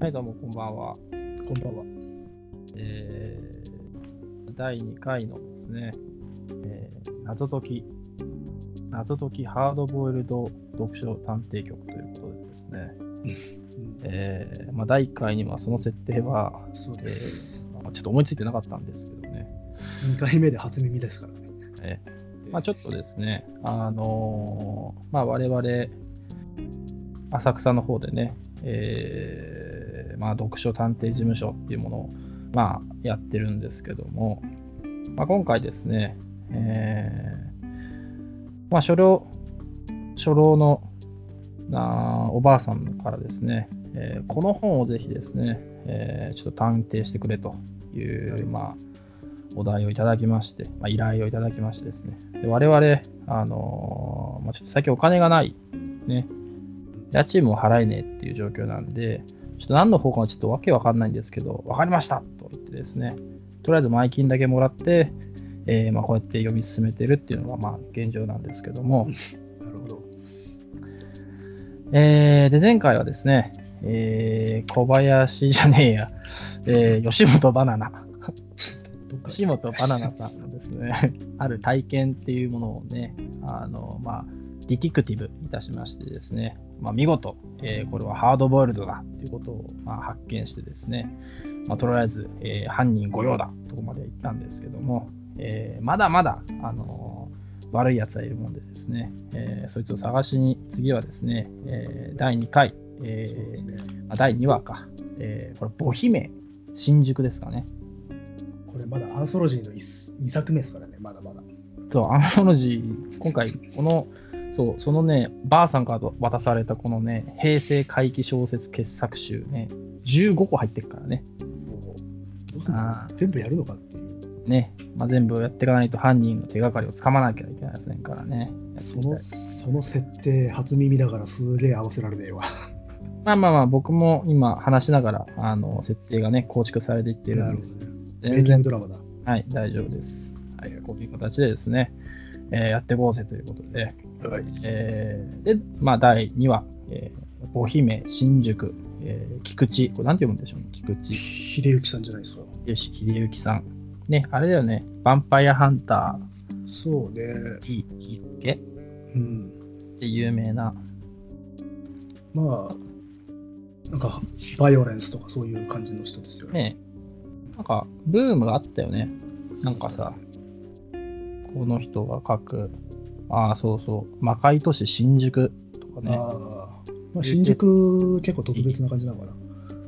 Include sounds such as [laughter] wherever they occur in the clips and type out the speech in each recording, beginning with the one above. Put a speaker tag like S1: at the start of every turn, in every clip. S1: はい、どうもこんばんは。
S2: こんばんは。
S1: えー、第2回のですね、えー謎解き、謎解きハードボイルド読書探偵局ということでですね、
S2: うん
S1: えーまあ、第1回にはその設定は、
S2: そうです。
S1: まあちょっと思いついてなかったんですけどね、
S2: 2回目で初耳ですからね。
S1: まあ、ちょっとですね、あのーまあ、我々、浅草の方でね、えーまあ、読書探偵事務所っていうものを、まあ、やってるんですけども、まあ、今回ですね、えーまあ、初老、初老のあーおばあさんからですね、えーこの本をぜひですね、えーちょっと探偵してくれとい、
S2: はいう
S1: まあ、お題をいただきまして、まあ、依頼をいただきましてですね、で我々、あのーまあ、ちょっと最近お金がない、ね、家賃も払えねえっていう状況なんで、ちょっと何の方かはちょっとわけわかんないんですけど、わかりましたと言ってですね、とりあえず前金だけもらって、えーまあ、こうやって読み進めてるっていうのがまあ現状なんですけども、
S2: なるほど。
S1: えーで前回はですね、えー小林じゃねえや、えー吉本バナナ、
S2: どっか
S1: 吉本バナ
S2: [laughs]
S1: ナさんのですね、 [laughs] ある体験っていうものをね、あのまあ、ディティクティブいたしましてですね、まあ、見事、えーこれはハードボイルドだということを、まあ、発見してですね、まあ、とりあえず、えー犯人御用だとこまで行ったんですけども、えーまだまだ、あのー悪いやつはいるもんでですね、えーそいつを探しに次はですね、えー第2回、えー
S2: そうですね。
S1: あ第2話か、えーこれ母姫新宿ですかね
S2: これまだアンソロジーの2作目ですからね、まだまだ。
S1: そう、アンソロジー、今回、この、そう、そのね、ばあさんから渡されたこのね、平成怪奇小説傑作集ね、15個入ってるからね。
S2: もう、どうする
S1: あ
S2: の全部やるのかっていう。
S1: ね、まあ、全部やっていかないと犯人の手がかりをつかまなきゃいけませんからね。
S2: その、その設定、初耳だからすげえ合わせられねえわ。
S1: まあまあまあ、僕も今話しながら、あの、設定がね、構築されていってる
S2: なる
S1: ん
S2: ほ
S1: で
S2: ど、ね。メ
S1: 全
S2: イキング
S1: 然、
S2: ドラマだ。
S1: はい、大丈夫です。はい、こういう形でですね、えーやっていこうぜということで、
S2: はい。
S1: えーで、まあ、第2話、えー、母姫、新宿、えー菊池、これなんて読むんでしょうね、菊池、
S2: 秀幸さんじゃないですか。
S1: 吉秀幸さん。ね、あれだよね、ヴァンパイアハンタ
S2: そうね。
S1: ー、いい、いいっ
S2: うん。
S1: て有名な、
S2: まあ、なんか、バイオレンスとかそういう感じの人ですよね。
S1: ね、なんか、ブームがあったよね。なんかさ、この人が書く、ああ、そうそう、魔界都市新宿とかね、
S2: ああ。まあ、新宿、結構特別な感じなのか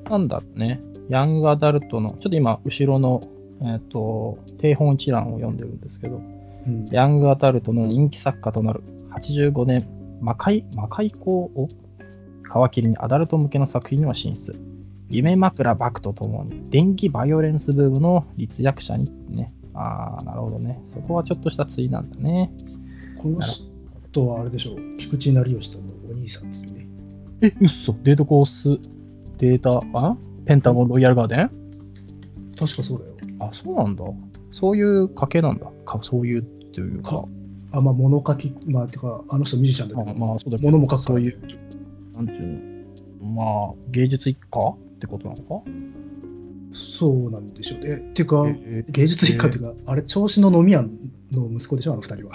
S2: な。
S1: なんだろうね、ヤングアダルトの、ちょっと今、後ろの、えっ、と、定本一覧を読んでるんですけど、
S2: うん。
S1: ヤングアダルトの人気作家となる85年、魔界魔界校を皮切りにアダルト向けの作品にも進出。夢枕バクとともに、電気バイオレンスブームの立役者にね。ああ、なるほどね。そこはちょっとした対なんだね。
S2: この人はあれでしょう、菊池成吉さんのお兄さんですよね。
S1: え、嘘デートコース、データ、あペンタゴンロイヤルガーデン
S2: 確かそうだよ。
S1: あ、そうなんだ。そういう家系なんだ。かそういうというか。
S2: かあ、まあ、物書き、まあ、てか、あの人ミュージシャンだ
S1: まあ、
S2: けど、
S1: まあ、そうだけど
S2: 物も書くから
S1: そういう、なんちゅうの。まあ、芸術一家ってことなのか
S2: そうなんでしょうね。えっていうか、
S1: えー
S2: 芸術一家っていうか、あれ、調子の飲み屋の息子でしょ、あの二人は。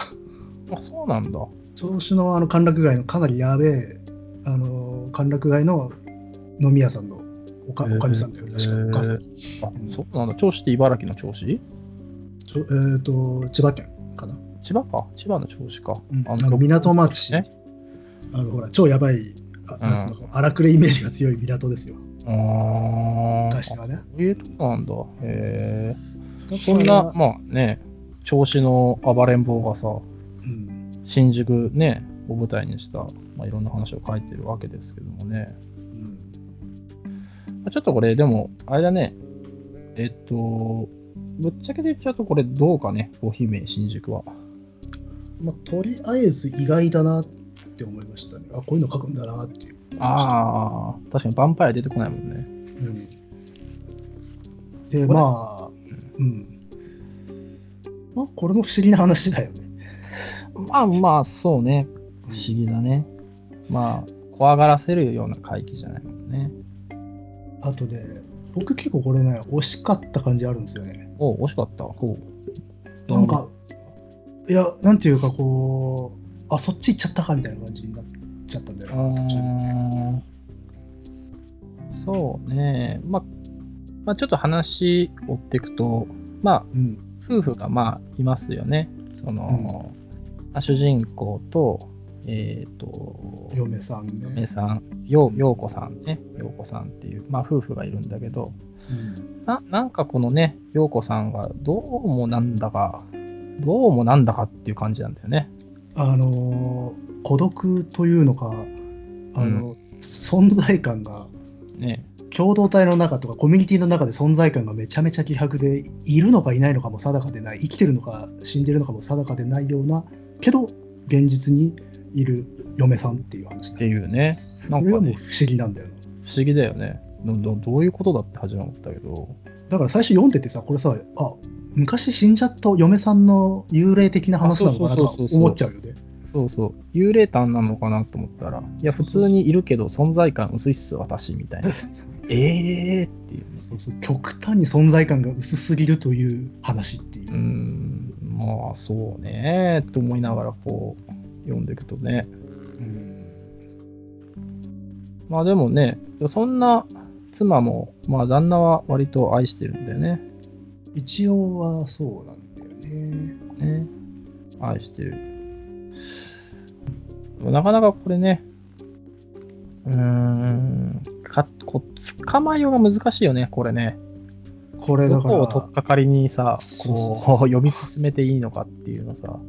S1: あそうなんだ。
S2: 調子のあの歓楽街のかなりやべえ、あの、歓楽街の飲み屋さんのおか,、
S1: えー
S2: おかみさんだよ、確か。お母さん
S1: えあそうなんだ。銚子って茨城の銚子
S2: ちょえっ、と、千葉県かな。
S1: 千葉か。千葉の銚子か。
S2: うんあの港町
S1: ね。
S2: あの、ほら、超やばい、あなんつうのかな荒くれイメージが強い港ですよ、
S1: うーん。
S2: 昔はね。
S1: そういうとこなんだ。へえ。そんな、まあね、銚子の暴れん坊がさ、
S2: うん、
S1: 新宿ね、を舞台にした、まあ、いろんな話を書いてるわけですけどもね。
S2: うん、
S1: ちょっとこれ、でも、あれだね。えっと、ぶっちゃけて言っちゃうと、これどうかね、お姫、新宿は。
S2: まあとりあえず意外だなって思いましたねあこういうの書くんだなっていう
S1: ああ、確かにヴァンパイア出てこないもんね。
S2: うん、でまあうんまあこれも不思議な話だよね
S1: まあまあ、そうね。不思議だね。まあ、怖がらせるような回帰じゃないもんね。
S2: あとで、僕結構これね、惜しかった感じあるんですよね。
S1: おう惜しかった。ほう。
S2: なんか、いや、なんていうかこう、あ、そっち行っちゃったかみたいな感じになっちゃったんだよ
S1: あ
S2: な、途中でね。
S1: ーそうね、まあ、まあ、ちょっと話追っていくと、まあ、
S2: うん。
S1: 夫婦がまあいますよね。その、まあ主人公と、えっ、と、
S2: 嫁さん
S1: 嫁
S2: ね。
S1: さん、ようようこさんね、ようこさんっていう、まあ、夫婦がいるんだけど、
S2: うん
S1: ななんかこのね、ようこさんがどうもなんだか、どうもなんだかっていう感じなんだよね。
S2: あのー孤独というのか、あの、存在感が、
S1: ね
S2: 共同体の中とかコミュニティの中で存在感がめちゃめちゃ希薄でいるのかいないのかも定かでない生きてるのか死んでるのかも定かでないようなけど現実にいる嫁さんっていう話
S1: っ
S2: だ
S1: ていうね、な
S2: そ
S1: ん
S2: れ
S1: か、
S2: はもう
S1: ね、
S2: 不思議なんだよな
S1: 不思議だよね。どどどういうことだって初め思ったけど、
S2: だから最初読んでてさこれさあ昔死んじゃった嫁さんの幽霊的な話なのかなとか
S1: あそうそうそうそう
S2: 思っちゃうよね
S1: そうそう、幽霊譚なのかなと思ったら、いや、普通にいるけど、存在感薄いっす、私、みた [laughs] いな。えーっていう。
S2: そうそう極端に存在感が薄すぎるという話っていうう、
S1: ん、まあ、そうね、と思いながら、こう、読んでいくとね。
S2: うん
S1: まあ、でもね、そんな妻も、まあ、旦那は割と愛してるんだよね。
S2: 一応はそうなんだよね
S1: ね愛してる。なかなかこれね、うーん、かこう捕まえようが難しいよね、これね。
S2: これだ
S1: ど
S2: から
S1: こを取っかかりにさ、
S2: そうそうそう
S1: こう、呼び進めていいのかっていうのさ。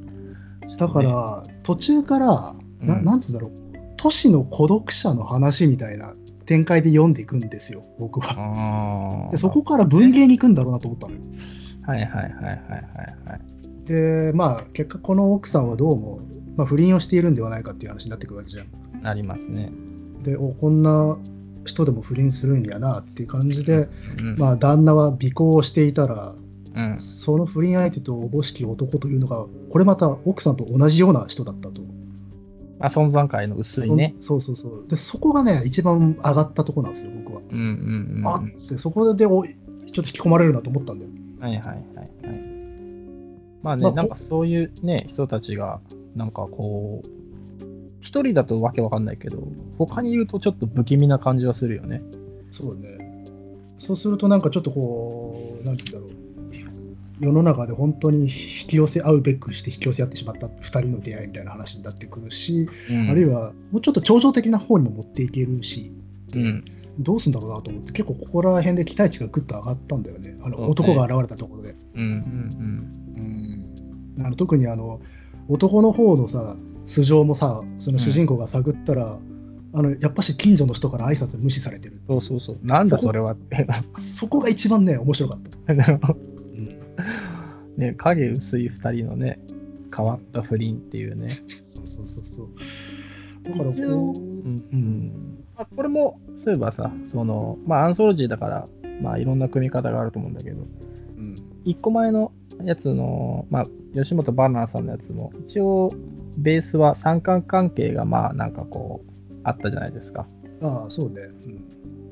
S2: だから、途中から、な
S1: うん
S2: なんつうんだろう、都市の孤独者の話みたいな展開で読んでいくんですよ、僕は。
S1: あー
S2: でそこから文芸に行くんだろうなと思ったのよ。
S1: はいはいはいはいはいはい。
S2: で、まあ、結果、この奥さんはどうも、まあ、不倫をしているんではないかっていう話になってくるわけじゃん。
S1: なりますね。
S2: で、おこんな人でも不倫するんやなっていう感じで、
S1: うん
S2: まあ、旦那は尾行をしていたら、
S1: うん、
S2: その不倫相手とおぼしき男というのが、これまた奥さんと同じような人だったと。
S1: あ存在感の薄いね。
S2: そうそうそう。で、そこがね、一番上がったとこなんですよ、僕は。
S1: うんうんうん。
S2: あっつってそこでおちょっと引き込まれるなと思ったんだよ。
S1: はいはいはいはい。まあ
S2: ま
S1: ね、
S2: あ
S1: なんかそういうね、人たちが、なんかこう、一人だとわけわかんないけど、他にいるとちょっと不気味な感じはするよね。
S2: そうね。そうするとなんかちょっとこう、なんて言うんだろう。世の中で本当に引き寄せ合うべくして引き寄せ合ってしまった2人の出会いみたいな話になってくるし、あるい
S1: は、
S2: はもうちょっと頂上的な方にも持っていけるし、
S1: うん、
S2: どうすんだろうなと思って、結構ここら辺で期待値がぐっと上がったんだよね、あの
S1: そうね
S2: 男が現れたところで。
S1: うんうん
S2: あの特にあの男の方のさ素性もさその主人公が探ったら、あのやっぱし近所の人から挨拶無視されてる
S1: うん。そうそうそう。なんだ
S2: そこ
S1: それはって。 [laughs]
S2: そこが一番ね面白かった、
S1: ね、影薄い二人のね、変わった不倫っていうね。
S2: そうそうそうそうだからこう、
S1: 一応うん
S2: うん
S1: まあ、これも、そういえばさ、その、まあアンソロジーだから、まあいろんな組み方があると思うんだけど、1個前のやつの、まあ、吉本バナナさんのやつも一応ベースは三冠関係がまあなんかこうあったじゃないですか。
S2: ああそうね、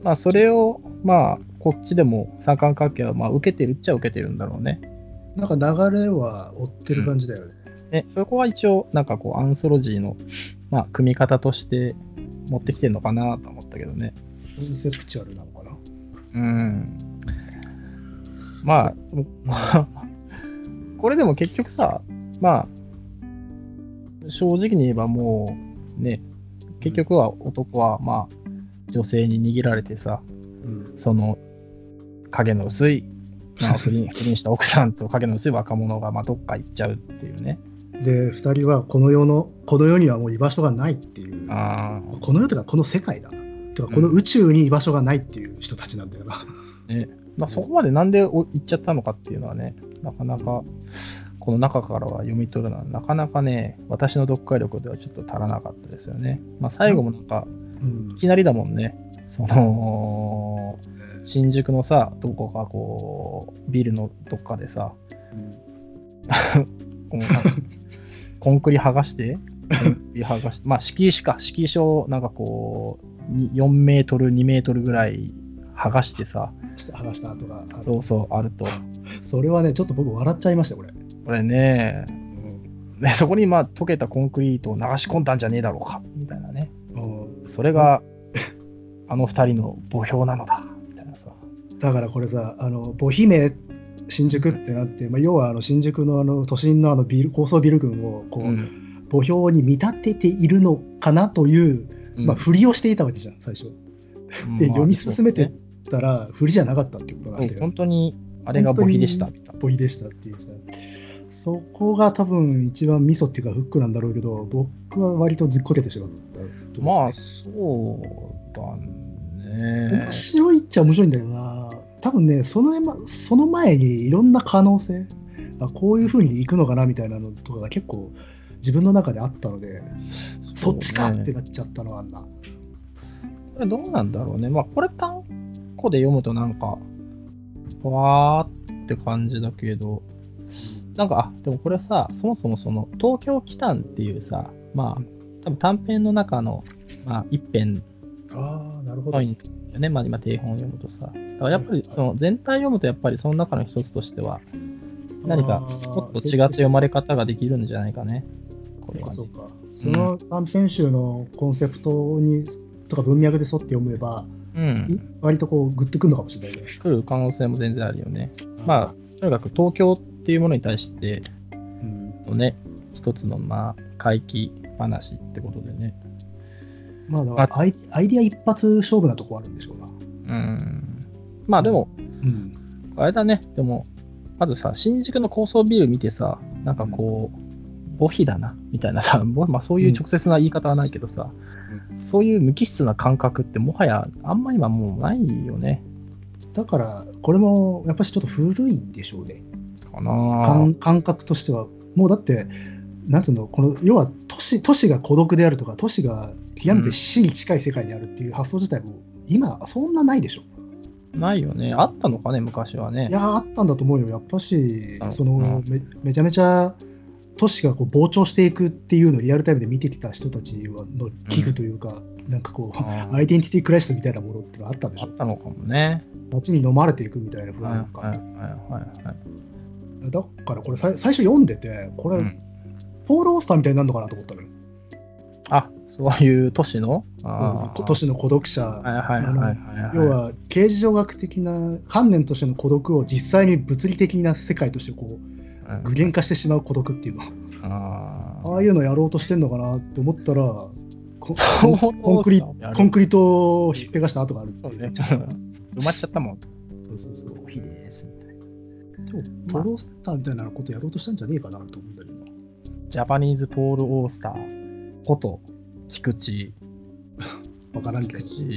S1: まあそれをまあこっちでも三冠関係はまあ受けてるっちゃ受けてるんだろうね。
S2: うん、なんか流れは追ってる感じだよね、
S1: ねそこは一応なんかこうアンソロジーのまあ組み方として持ってきてるのかなと思ったけどね。
S2: コンセプチュアルなのかな
S1: うん。まあ、 [laughs] これでも結局さ、まあ、正直に言えばもう、ね、結局は男は、まあ、女性に握られてさ、
S2: うん
S1: その、影の薄い、まあ、不倫不倫した奥さんと影の薄い若者が、まあ、どっか行っちゃうっていうね。
S2: で2人はこの世のこの世にはもう居場所がないっていう
S1: ああ、
S2: この世というかこの世界だなとかこの宇宙に居場所がないっていう人たちなんだよな、
S1: まあ、そこまでなんでお行っちゃったのかっていうのはね、なかなか、この中からは読み取るのは、なかなかね、私の読解力ではちょっと足らなかったですよね。まあ、最後もなんか、
S2: うん
S1: いきなりだもんね、その、新宿のさ、どこかこう、ビルのどっかでさ、このなんかコンクリ剥がして、コンクリ剥がして、まあ、敷石か、敷石をなんかこう、に4メートル、2メートルぐらい剥がしてさ、
S2: して剥がした跡がある
S1: そうそう、あると。
S2: それはねちょっと僕笑っちゃいましたこれ、
S1: これね、
S2: うん
S1: ねそこにまあ溶けたコンクリートを流し込んだんじゃねえだろうか、みたいなね。
S2: うん
S1: それが、あの二人の墓標なのだ、みたいなさ。
S2: だからこれさあの母姫新宿ってなって、まあ、要はあの新宿のあの都心のあのビル高層ビル群をこう、
S1: うん
S2: 墓標に見立てているのかなという、まあ、振りをしていたわけじゃん最初。
S1: うん
S2: で
S1: まあ
S2: 読み進めて
S1: そうね
S2: ったら振りじゃなかったっていうことなんだ
S1: うん
S2: よ
S1: 本当に、あれが墓碑でした、みたいな。
S2: ボイでしたっていうさそこが多分一番ミソっていうかフックなんだろうけど僕は割とずっこけてしまったと
S1: ま
S2: 思うん
S1: あ、
S2: です
S1: そうだ
S2: ね
S1: ね
S2: 面。白いっちゃ面白いんだけどな多分ねその辺まその前にいろんな可能性あこういうふうにいくのかなみたいなのとかが結構自分の中であったのでそ,、っちか
S1: そうね
S2: ってなっちゃったのあんな
S1: これどうなんだろうね。まあ、これ単語で読むとなんか、わーって感じだけど、なんか、あ、でもこれさ、そもそもその、東京来たんっていうさ、ま
S2: う
S1: あ、多分短編の中の、まあ、一編
S2: ああなるほ
S1: ポイントだよね。まあ、今、定本読むとさ。だからやっぱり、
S2: はい
S1: その、全体読むと、やっぱりその中の一つとしては、何か、ちょっと違った読まれ方ができるんじゃないかね。これはね、
S2: そうかそうかその短編集のコンセプトにとか文脈で沿って読めば、
S1: うん。
S2: い割とこうグッとくるのかもしれないね。
S1: 来る可能性も全然あるよね。まあ、とにかく東京っていうものに対して
S2: あ、うん、
S1: のね、一つの、まあ、回帰話ってことでね。
S2: まあだからアイアイディア一発勝負なとこあるんでしょうな。
S1: うん。まあでも、
S2: うん。
S1: あれだね、でも、まずさ、新宿の高層ビル見てさ、なんかこう、母碑だな、みたいなさ、 [laughs] もうまあ、そういう直接な言い方はないけどさ、そういう無機質な感覚ってもはや、あんま今もうないよね。
S2: だからこれもやっぱしちょっと古いんでしょうね。
S1: かな
S2: 感感覚としてはもうだってなんつうのこの要は都市都市が孤独であるとか都市が極めて死に近い世界であるっていう発想自体も今そんなないでしょ。
S1: ないよね。あったのかね、昔はね
S2: い。やーあったんだと思うよ、やっぱし
S1: う、ん
S2: そのめめちゃめちゃ都市がこう膨張していくっていうのをリアルタイムで見てきた人たちはの危惧というか、なんかこ
S1: あ
S2: う、アイデンティティクライシスみたいなものっていうのがあったんでし
S1: あ
S2: ょ
S1: っ、たのかもね。
S2: 街に飲まれていくみたいな不
S1: はい
S2: 安
S1: はい
S2: 感、
S1: はいはい。
S2: だからこれさい、最初読んでて、これ、
S1: うん
S2: ポール・オースターみたいになるのかなと思ったのよ、
S1: あそういう都市のあー
S2: 都市の孤独者、
S1: はいはいはいはい。
S2: 要、は刑事上学的な観念としての孤独を実際に物理的な世界としてこう
S1: うん
S2: 具現化してしまう孤独っていうの。
S1: あ
S2: ああいううのやろうとしてんのかなって思ったら、
S1: [laughs]
S2: こ
S1: コ
S2: コンクリコンクリートをひっぺがした跡があるっていうね。
S1: そうね埋まっちゃったもん。
S2: [laughs] そうそうそう
S1: コーヒーですみたいな。
S2: でも、ポロスターみたいなことやろうとしたんじゃねえかなと思うんだけどな。
S1: ジャパニーズポール・オースターこと菊池
S2: わからんけ
S1: 菊
S2: ど。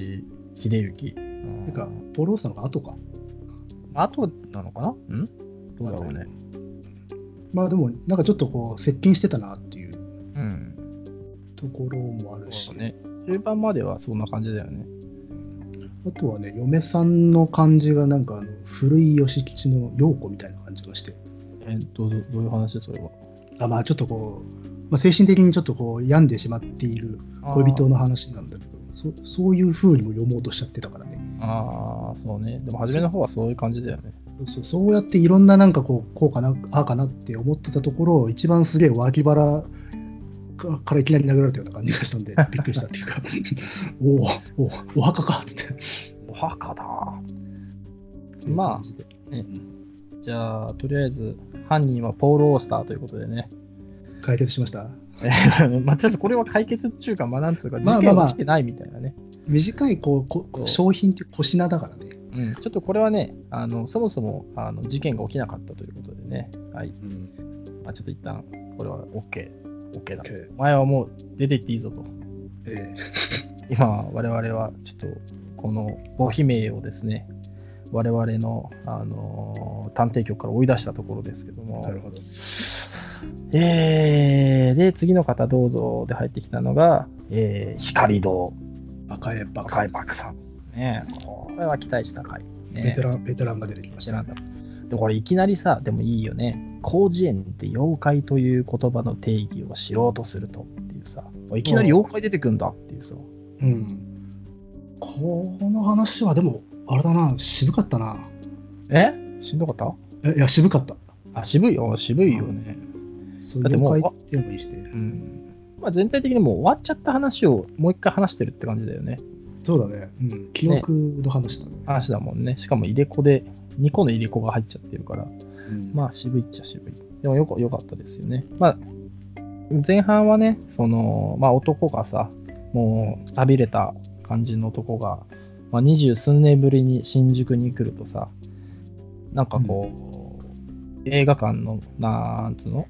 S1: 池秀行。うん
S2: てか、ポロスターの方が後か。
S1: あとなのかなんどうだろうね。
S2: まあでも、なんかちょっとこう、接近してたなっていう
S1: うん。
S2: ところもあるし、
S1: そうだね。中盤まではそんな感じだよね。
S2: あとはね、嫁さんの感じがなんかあの、古い吉吉の陽子みたいな感じがして、
S1: えーどうどういう話それは。
S2: あまあちょっとこう、まあ、精神的にちょっとこう、病んでしまっている恋人の話なんだけど、そそういう風にも読もうとしちゃってたからね。
S1: ああ、そうね。でも初めの方はそういう感じだよね。
S2: そうそうやっていろんななんかこうこうかなああかなって思ってたところ一番すげえ脇腹かからいきなり殴られたような感じがしたんでびっくりしたっていうかおーおーお墓かっつって
S1: お墓だ。ま
S2: あ
S1: ねじゃあ、とりあえず、犯人はポール・オースターということでね。
S2: 解決しました
S1: [laughs] まあ、とりあえず、これは解決中か、まあ、なんつうか、
S2: まあ
S1: 事
S2: まあ
S1: 件
S2: まあ
S1: は起きてないみたいなね。
S2: 短いこうこ
S1: そう
S2: 商品って小品だからね
S1: うん、ちょっとこれはね、あのそもそもあの事件が起きなかったということでね。はい。
S2: うん
S1: まあ、ちょっと一旦、これは OK。OK だ。
S2: OK
S1: お前はもう出て行っていいぞと。
S2: ええ
S1: 今、我々はちょっと、この母姫をですね、我々の、あのー探偵局から追い出したところですけども。
S2: なるほど
S1: えー、で、次の方どうぞで入ってきたのが、えー、光堂
S2: 赤いバ
S1: 赤
S2: カ
S1: いバックさん。ねえこれは期待した回。ね、
S2: ベテランベテランが出てきま
S1: ベ
S2: し
S1: テ
S2: た
S1: ランだで、これいきなりさ、でもいいよね。広辞苑って妖怪という言葉の定義を知ろうとするとっていうさ、いきなり妖怪出てくんだっていうさ。
S2: うんこの話はでもあれだな、渋かったな。
S1: えしんどかった
S2: えいや、渋かった。
S1: あ、渋いよ、渋いよね。
S2: そう
S1: だって
S2: 妖
S1: もう
S2: 怪っていうのにして。
S1: うん。まあ、全体的にもう終わっちゃった話をもう一回話してるって感じだよね。
S2: そうだね。うん。記憶の話だね。
S1: 話だもんね。しかも入れ子で、2個の入れ子が入っちゃってるから、
S2: うん
S1: まあ渋いっちゃ渋い。でもよく良かったですよね。まあ、前半はね、その、まあ男がさ、もう、たびれた感じの男が、まあ二十数年ぶりに新宿に来るとさ、なんかこう、映画館の、なんつうの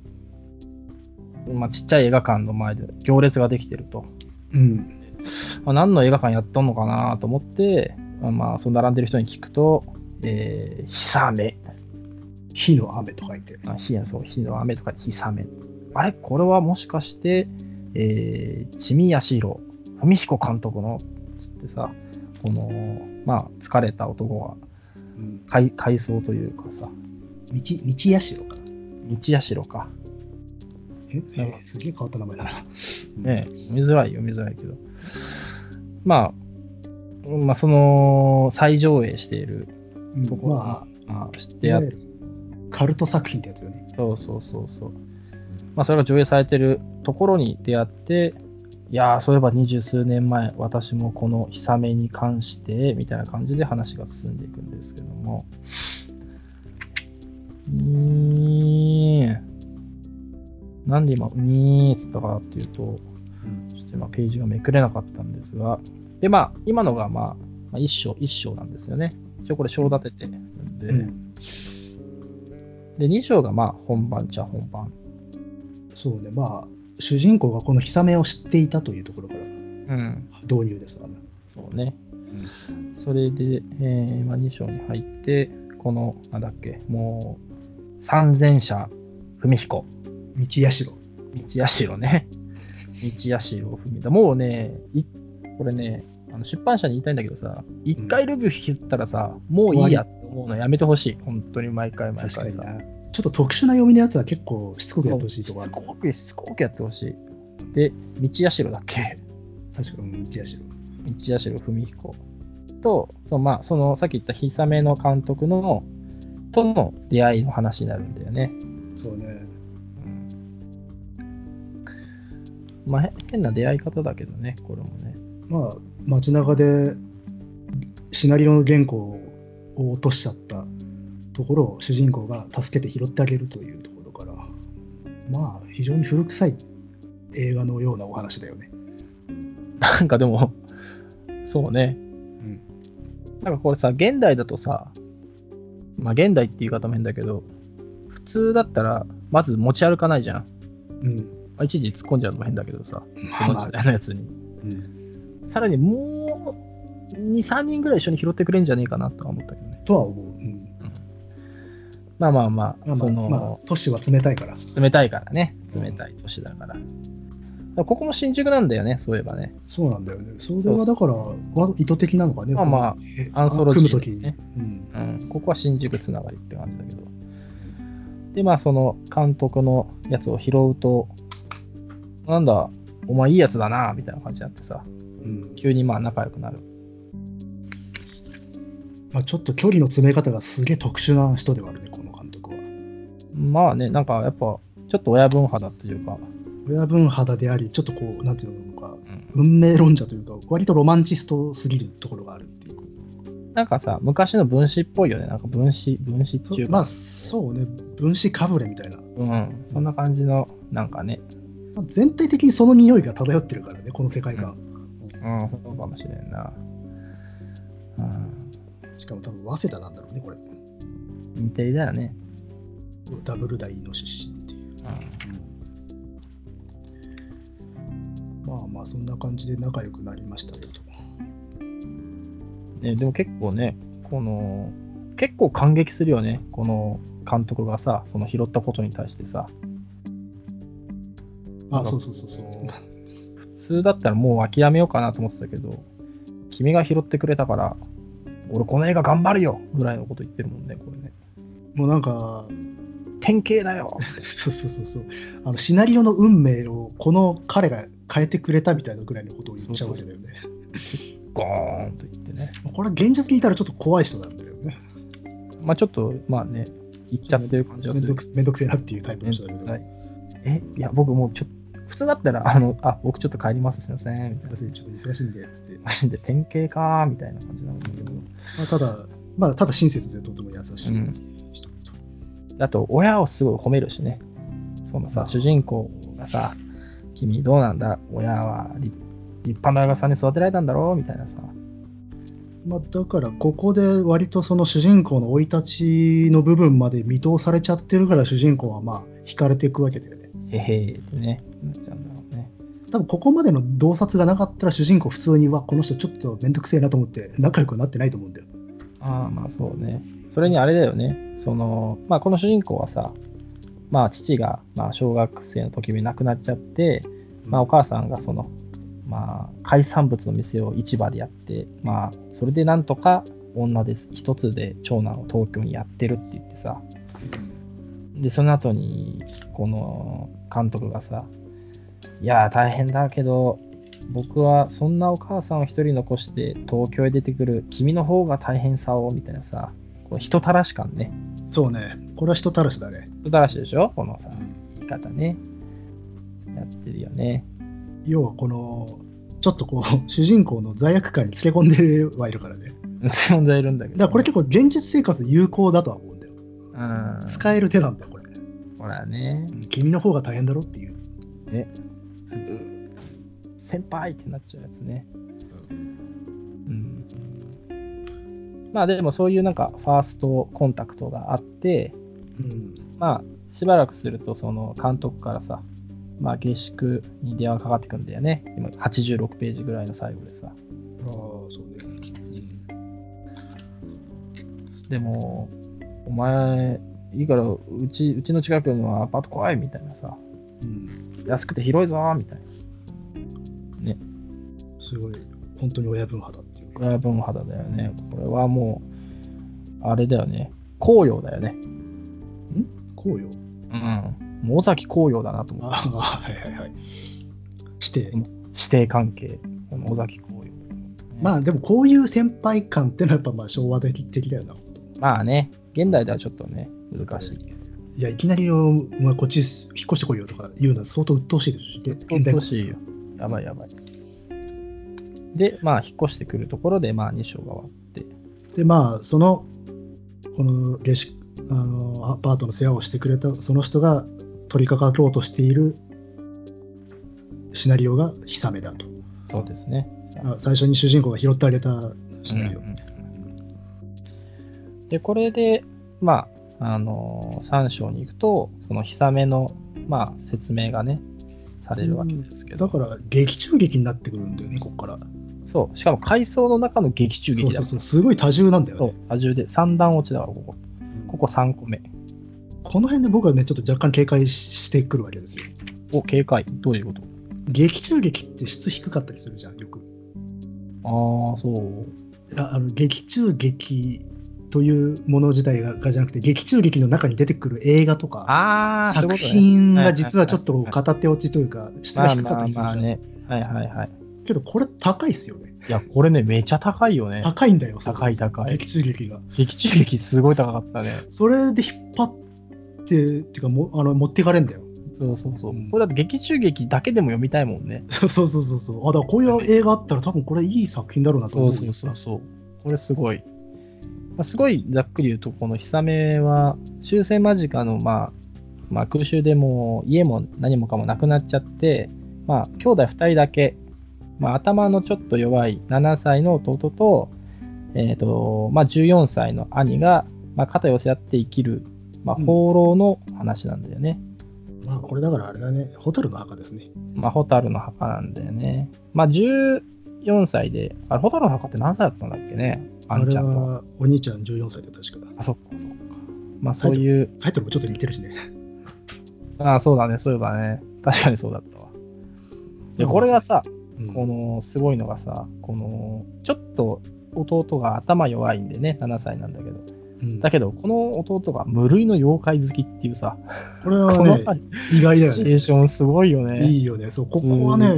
S1: まあちっちゃい映画館の前で行列ができてると。
S2: うん。
S1: まあ、何の映画館やっとんのかなと思って、まあまあ、その並んでる人に聞くと、えー、ひさめ。
S2: 火の雨と書いて。
S1: あ火やそう、火の雨とかひさめ。あれこれはもしかして、えー、地味八代、文彦監督の、つってさ、この、まあ、疲れた男が
S2: うん。
S1: 回回想というかさ、
S2: 道、道やしろかな。
S1: 道八代か。
S2: え、えすげえ変わった名前だな。
S1: ねえ、見づらいよ、見づらいけど。まあ、まあ、その、再上映している、
S2: うん
S1: ところ
S2: まあ、
S1: まあ、知って
S2: い
S1: や
S2: わ
S1: っ
S2: ゆるカルト作品ってやつよね。
S1: そうそうそうそう。まあ、それが上映されてるところに出会って、いやー、そういえば二十数年前、私もこのヒサメに関して、みたいな感じで話が進んでいくんですけども。にーなんで今、にーっつったかっていうと、
S2: うん
S1: ちょっと今ページがめくれなかったんですが、で、まあ、今のが、まあ、まあ、一章、一章なんですよね。一応これ、章立ててるんで、
S2: うん
S1: で、2章がまあ本番ちゃ本番。
S2: そうね。まあ、主人公がこのヒサメを知っていたというところから
S1: うん。
S2: 導入ですからね。
S1: そうね。それで、えーまあ、2章に入って、この、なんだっけ、もう、三千社文彦、
S2: 道やしろ。
S1: 道社
S2: [laughs]
S1: ね。道社を文だ。もうね、いこれね、あの出版社に言いたいんだけどさ、一回ルビュー引ったらさ、もういいやって思うのやめてほしい。本当に毎回毎
S2: 確か
S1: 回
S2: に
S1: さ。
S2: な。ちょっと特殊な読みのやつは結構しつこくやってほしいとこあ
S1: し
S2: る
S1: つ。こく、しつこくやってほしい。で、道社だっけ
S2: 確かに、うん道やしろ。
S1: 道社文彦とその、まあ、そのさっき言ったヒサメの監督のとの出会いの話になるんだよね。
S2: そうね。
S1: まあ、へ変な出会い方だけどね、これもね。 [laughs]
S2: まあ、街中でシナリオの原稿を落としちゃったところを主人公が助けて拾ってあげるというところから、まあ、非常に古臭い映画のようなお話だよね。
S1: なんかでも、そうね。なんかこれさ、現代だとさ、まあ現代っていう言い方も変だけど、普通だったら、まず持ち歩かないじゃん。
S2: うん。
S1: まあ、一時突っ込んじゃうのも変だけどさ、こ
S2: まあ
S1: の
S2: まあ
S1: 時代のやつに。
S2: うん
S1: さらにもう、2、3人ぐらい一緒に拾ってくれんじゃねえかなとは思ったけどね。
S2: とは思う。うん
S1: まあまあまあ、
S2: まあま
S1: そ
S2: あ、
S1: の、
S2: まあ、都市は冷たいから。
S1: 冷たいからね、冷たい年だから。だからここも新宿なんだよね、そういえばね。
S2: そうなんだよね。それはだから、わ意図的なのかね。
S1: まあまあ
S2: こうえ
S1: アンソロジー
S2: 組むときに
S1: ね。
S2: うん
S1: うん、ここは新宿つながりって感じだけど。で、まあ、その監督のやつを拾うと、なんだ、お前いいやつだな、みたいな感じになってさ、
S2: うん
S1: 急にまあ仲良くなる。
S2: まあ、ちょっと距離の詰め方がすげえ特殊な人ではあるね、この監督は。
S1: まあね、なんかやっぱ、ちょっと親分派だというか、
S2: 親分肌であり、ちょっとこう、なんていうのか、
S1: ん
S2: 運命論者というか、割とロマンチストすぎるところがあるっていう。
S1: なんかさ、昔の分子っぽいよね、なんか分子、分子っていうか、
S2: まあ、そうね、分子かぶれみたいな。ま
S1: うん、そんな感じの、なんかね、
S2: あ全体的にその匂いが漂ってるからね、この世界が。
S1: うん、そうかもしれんな。うん、
S2: しかも多分、早稲田なんだろうね、これ。
S1: インテリだよね。
S2: ダブル大の出身っていう。まあまあ、そんな感じで仲良くなりましたよと。
S1: ね、でも結構ね、この、結構感激するよね、この監督がさ、その拾ったことに対してさ、
S2: あ、そうそうそうそう。
S1: 普通だったらもう諦めようかなと思ってたけど、君が拾ってくれたから、俺この映画頑張るよぐらいのこと言ってるもんね、これね。
S2: もうなんか、
S1: 典型だよ
S2: そうそうそうそうあのシナリオの運命をこの彼が変えてくれたみたいなぐらいのことを言っちゃうわけだよね。
S1: ゴーンといってね、
S2: これは現実聞いたらちょっと怖い人なんだよね。
S1: まあちょっと、まあね、いっちゃってる感じが
S2: め
S1: す
S2: んど
S1: る。
S2: くせめんどくせえなっていうタイプの人だけど。
S1: はいえ、いや、僕もうちょっと、普通だったら、あの、あ、僕ちょっと帰ります、すいません、みたいな。
S2: ちょっと忙しいんでって。
S1: マジで典型かーみたいな感じなんだけど。
S2: まあ、ただ、まあ、ただ親切でとても優しい。
S1: うんあと、親をすごい褒めるしね。その
S2: あ
S1: さ、主人公がさ、君どうなんだ親は立立派な親御さんに育てられたんだろうみたいなさ。
S2: まあ、だから、ここで割とその主人公の生い立ちの部分まで見通されちゃってるから、主人公はまあ、惹かれていくわけだよね。
S1: へへーってね、なっちゃうんだろうね。
S2: 多分ここまでの洞察がなかったら主人公普通にはこの人ちょっと面倒くせえなと思って仲良くなってないと思うんだよ。
S1: ああ、まあそうね。それにあれだよね。その、まあこの主人公はさ、まあ父が、まあ小学生の時に亡くなっちゃって、まあお母さんがその、まあ海産物の店を市場でやって、まあそれでなんとか女です。一つで長男を東京にやってるって言ってさ、でその後にこの監督がさ「いやー大変だけど僕はそんなお母さんを一人残して東京へ出てくる君の方が大変さを」みたいなさこの人たらし感ね
S2: そうね。これは人たらしだね。
S1: 人たらしでしょこのさ言い方ねやってるよね
S2: 要はこの、ちょっとこう、 [laughs] 主人公の罪悪感につけ込んではいるからね。
S1: 存在いるんだけ
S2: だ
S1: ど
S2: からこれ結構現実生活で有効だとは思うんだよ。
S1: うん
S2: 使える手なんだよ、これ。
S1: ほらね
S2: 君の方が大変だろっていう。
S1: 先輩ってなっちゃうやつねうんまあでもそういうなんかファーストコンタクトがあって、
S2: うん。
S1: まあ、しばらくすると、その監督からさ、まあ、下宿に電話がかかってくんだよね。今、86ページぐらいの最後でさ。
S2: ああ、そうね。
S1: でも、お前、いいから、うち、うちの近くのアパート来いみたいなさ、
S2: うん。
S1: 安くて広いぞみたいな。
S2: すごい、本当に親分派だっていう。
S1: 親分肌だよね。これはもう、あれだよね。紅葉だよね。
S2: こうよ。
S1: うん。もう尾崎紅葉だなと思って。
S2: ああ、はいはいはい。して、
S1: 指定関係。この尾崎紅葉。
S2: まあでもこういう先輩感ってのはやっぱまあ昭和的的だよな。
S1: まあね、現代ではちょっとね、難しいけど。
S2: いや、いきなりお前こっち引っ越してこいよとか言うのは相当鬱陶しいですし、で現代
S1: 鬱陶しいよ。やばいやばい。で、まあ、引っ越してくるところで、まあ、2章が終わって。
S2: で、まあ、その、この下宿、あの、アパートの世話をしてくれた、その人が取り掛かろうとしているシナリオがヒサメだと。
S1: そうですね。
S2: あ最初に主人公が拾ってあげたシナリオ。
S1: で、これで、まあ、あのー、3章に行くと、その、久めの、まあ、説明がね、されるわけですけど、
S2: だから劇中劇になってくるんだよね、ここから。
S1: そう、しかも階層の中の劇中
S2: そ
S1: 劇
S2: う
S1: だか
S2: そう
S1: ら
S2: そう、すごい多重なんだよ
S1: そ
S2: ね
S1: う。、多重で、3段落ちだから、ここ。ここ3個目。
S2: この辺で僕はね、ちょっと若干警戒してくるわけですよ。
S1: お、警戒。どういうこと
S2: 劇中劇って質低かったりするじゃん、よく。
S1: ああ、そう。
S2: ああの劇中劇というもの自体ががじゃなくて、劇中劇の中に出てくる映画とか、
S1: ああ、そうい
S2: 作
S1: うことね
S2: 品が実はちょっと
S1: はいはい
S2: 片手落ちというか、質が
S1: まあ
S2: 低かっ
S1: ま
S2: た
S1: あ
S2: りする
S1: ま
S2: じ
S1: あ
S2: ゃん。
S1: ね。はいはいはい。
S2: けど、これ高いですよね。
S1: いや、これね、めちゃ高いよね。
S2: 高いんだよ、
S1: 高い高い
S2: 劇中劇が。
S1: 劇中劇すごい高かったね。
S2: それで引っ張って、っていうかもあの、持っていかれんだよ。 [laughs]
S1: そうそうそう。
S2: うん
S1: これだって劇中劇だけでも読みたいもんね。
S2: そうそうそうそう。あ、だからこういう映画あったら、多分これいい作品だろうなと
S1: そ
S2: 思う。
S1: うそうそうそう。これすごい。まあ、すごいざっくり言うと、この久めは終戦間近の、まあ、まあ空襲でもう家も何もかもなくなっちゃって、まあ兄弟2人だけ、まあ、頭のちょっと弱い7歳の弟と,、えーとまあ、14歳の兄が、まあ、肩寄せ合って生きる、まあ、
S2: うん
S1: 放浪の話なんだよね。
S2: まあ、これだからあれだね、ホタルの墓ですね。
S1: まあ、ホタルの墓なんだよね。まあ、14歳で、あれ、ホタルの墓って何歳だったんだっけね、あ
S2: あ
S1: ん
S2: れ
S1: ちゃんと。
S2: はお兄ちゃん14歳で確か。
S1: あ、そっか、そっか。まあ、そういう、
S2: タイトルもちょっと似てるしね。
S1: あ、そうだね、そういえばね、確かにそうだったわ。で、これがさ、
S2: うん
S1: この、すごいのがさ、この、ちょっと弟が頭弱いんでね、7歳なんだけど、
S2: うん
S1: だけど、この弟が無類の妖怪好きっていうさ、
S2: これは
S1: この
S2: ね
S1: さ、
S2: 意外だ
S1: シチュエー
S2: よ
S1: ションすごいよ
S2: ね。
S1: ね。
S2: いいよね。そう、ここはね、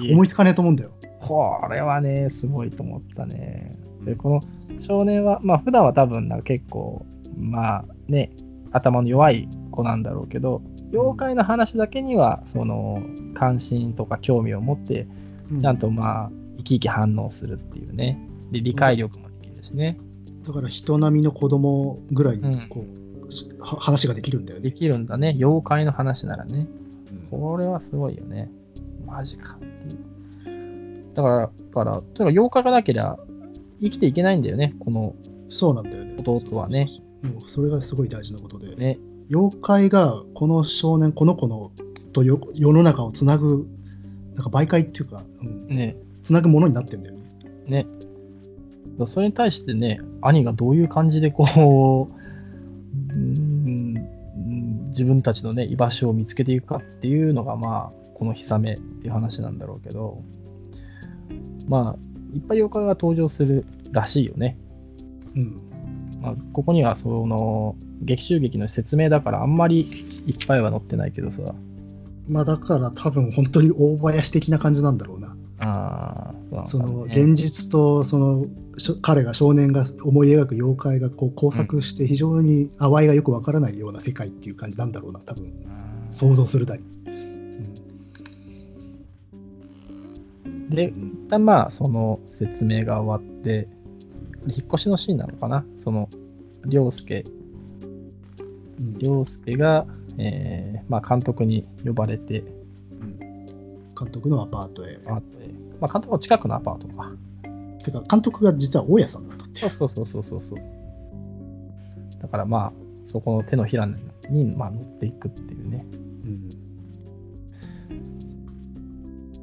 S1: いい
S2: 思いつかねえと思うんだよ。
S1: これはね、すごいと思ったね。で、この少年は、まあ、普段は多分なんか結構、まあね、頭の弱い子なんだろうけど、妖怪の話だけには、その、関心とか興味を持って、
S2: うん
S1: ちゃんとまあ、生き生き反応するっていうね。で、理解力もできるしね。
S2: だから人並みの子供ぐらい
S1: うん
S2: にこう、は話ができるんだよ
S1: で
S2: ね。
S1: きるんだね。妖怪の話ならね。
S2: うん
S1: これはすごいよね。マジかっていう。だから、だから、とにかく妖怪がなければ生きていけないんだよね、この
S2: そうなんだよね。
S1: 弟はね
S2: そうそうそう。もうそれがすごい大事なことで。
S1: ね。
S2: 妖怪がこの少年、この子のとよ世の中をつなぐ、なんか媒介っていうか、うん
S1: ね。
S2: つなぐものになってんだよね。
S1: ね。だからそれに対してね、兄がどういう感じでこう、 [laughs] うーんうん自分たちのね、居場所を見つけていくかっていうのが、まあ、このヒサメっていう話なんだろうけど、まあ、いっぱい妖怪が登場するらしいよね。
S2: うん。
S1: まあ、ここにはその劇中劇の説明だからあんまりいっぱいは載ってないけどさ
S2: まあだから多分本当に大林的な感じなんだろうな。
S1: あーそ
S2: そ
S1: うなんだ
S2: の
S1: ね
S2: 現実とそのしょ彼が少年が思い描く妖怪がこう交錯して非常に淡いがよくわからないような世界っていう感じなんだろうな、多分。
S1: あー
S2: 想像するだり。
S1: で一旦まあその説明が終わってで引っ越しのシーンなのかなその凌介
S2: うん
S1: 凌介が、えーまあ、監督に呼ばれて
S2: 監督のアパートへ。
S1: あとでまあ、監督の近くのアパートか
S2: てか、監督が実は大家さんだったってい。
S1: そううそうそうそうそうそうだからまあそこの手のひらに、まあ、乗っていくっていうね
S2: うん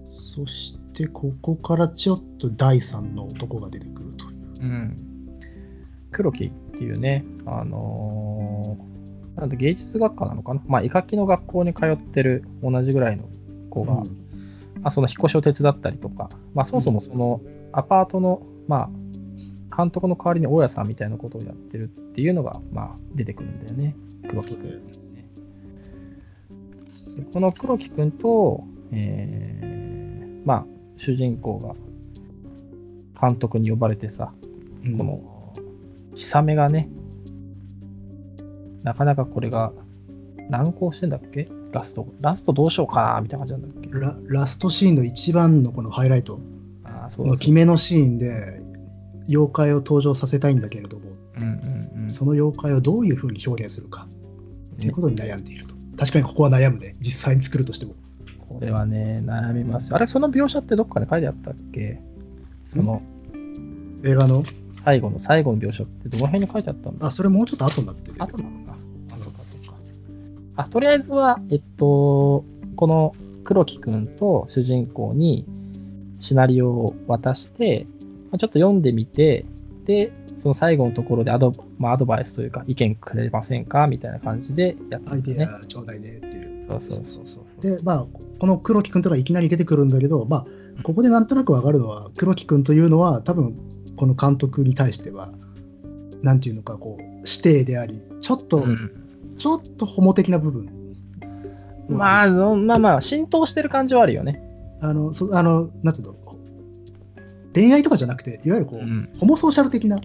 S2: そして、ここからちょっと第三の男が出てくるという。
S1: うん、黒木っていうね、あのーなんだ芸術学科なのかな、まあ、絵描きの学校に通ってる同じぐらいの子が、
S2: うん
S1: まあ、その引っ越しを手伝ったりとか、まあ、そもそもそのアパートの、まあ、監督の代わりに大家さんみたいなことをやってるっていうのが、まあ、出てくるんだよね、黒木君。でこの黒木君と、えーまあ、主人公が監督に呼ばれてさ、
S2: うん
S1: この、ヒサメがね、なかなかこれが難航してんだっけラスト。ラストどうしようかなみたいな感じなんだっけ
S2: ララストシーンの一番のこのハイライト
S1: ああ、そう
S2: の
S1: だ
S2: 決
S1: そう
S2: めのシーンで妖怪を登場させたいんだけれども
S1: だ。うんうんうん。
S2: その妖怪をどういうふうに表現するかっていうことに悩んでいると確かにここは悩むね実際に作るとしても
S1: これはね、悩みますよ。あれ、その描写ってどっかで書いてあったっけその
S2: 映画の
S1: 最後の最後の描写ってどの辺に書いてあったんだ
S2: あそれもうちょっと後になってて
S1: あとなのか。あ、そうかそうか。あ、とりあえずは、えっと、この黒木くんと主人公にシナリオを渡して、まあちょっと読んでみて、で、その最後のところでアド,、まあ、アドバイスというか意見くれませんかみたいな感じでやって
S2: ア
S1: ま
S2: イ
S1: す
S2: デ
S1: ね。
S2: アちょうだいねっていう
S1: そうそうそうそう。
S2: でまあこの黒木君というのはいきなり出てくるんだけどまあここでなんとなくわかるのは黒木君というのは多分この監督に対してはなんていうのかこう指定でありちょっと、
S1: うん
S2: ちょっとホモ的な部分
S1: まあ、のまあまあ、浸透してる感じはあるよね。
S2: あの、そあの、なんつうの、恋愛とかじゃなくて、いわゆるこう、
S1: うん
S2: ホモソーシャル的な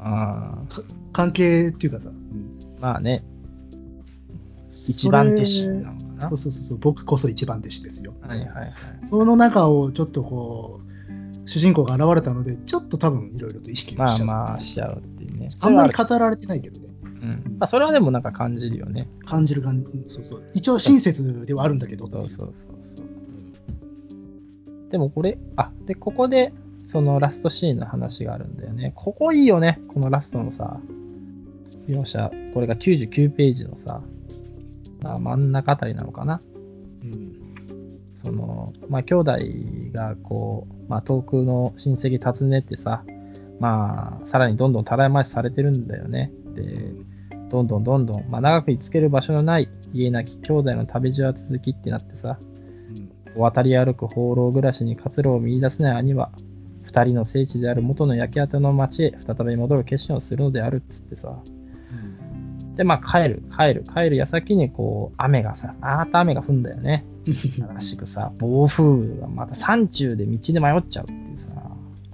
S1: ああ、
S2: 関係っていうかさ、
S1: まあね、一
S2: 一
S1: 番弟子なのかな
S2: そう。そうそうそう、僕こそ一番弟子ですよ。
S1: はいはいはい。
S2: その中をちょっとこう、主人公が現れたので、ちょっと多分いろいろと意識しちゃ
S1: まあ
S2: う。
S1: まあしちゃうっていうね。
S2: あんまり語られてないけどね、
S1: うんまあ、それはでもなんか感じるよね。
S2: 感じる感じ、そうそう、一応親切ではあるんだけどって
S1: そ
S2: いう
S1: うそうそうそう。でもこれ、あで、ここで、そのラストシーンの話があるんだよね。ここいいよね、このラストのさ、描写、これが99ページのさ、まあ、真ん中あたりなのかな。
S2: うん
S1: その、まあ、兄弟がこう、まあ、遠くの親戚訪ねてさ、まあ、さらにどんどんたらい回しされてるんだよね。で、どんどんどんどん、まあ、長く居つける場所のない家なき兄弟の旅路は続きってなってさ渡り歩く放浪暮らしに活路を見出せない兄は二人の聖地である元の焼け跡の町へ再び戻る決心をするのであるっつってさでまあ帰る帰る帰る矢先にこう雨がさあーっと雨が降るんだよね悲しくさ、暴風がまた山中で道で迷っちゃうっていうさ、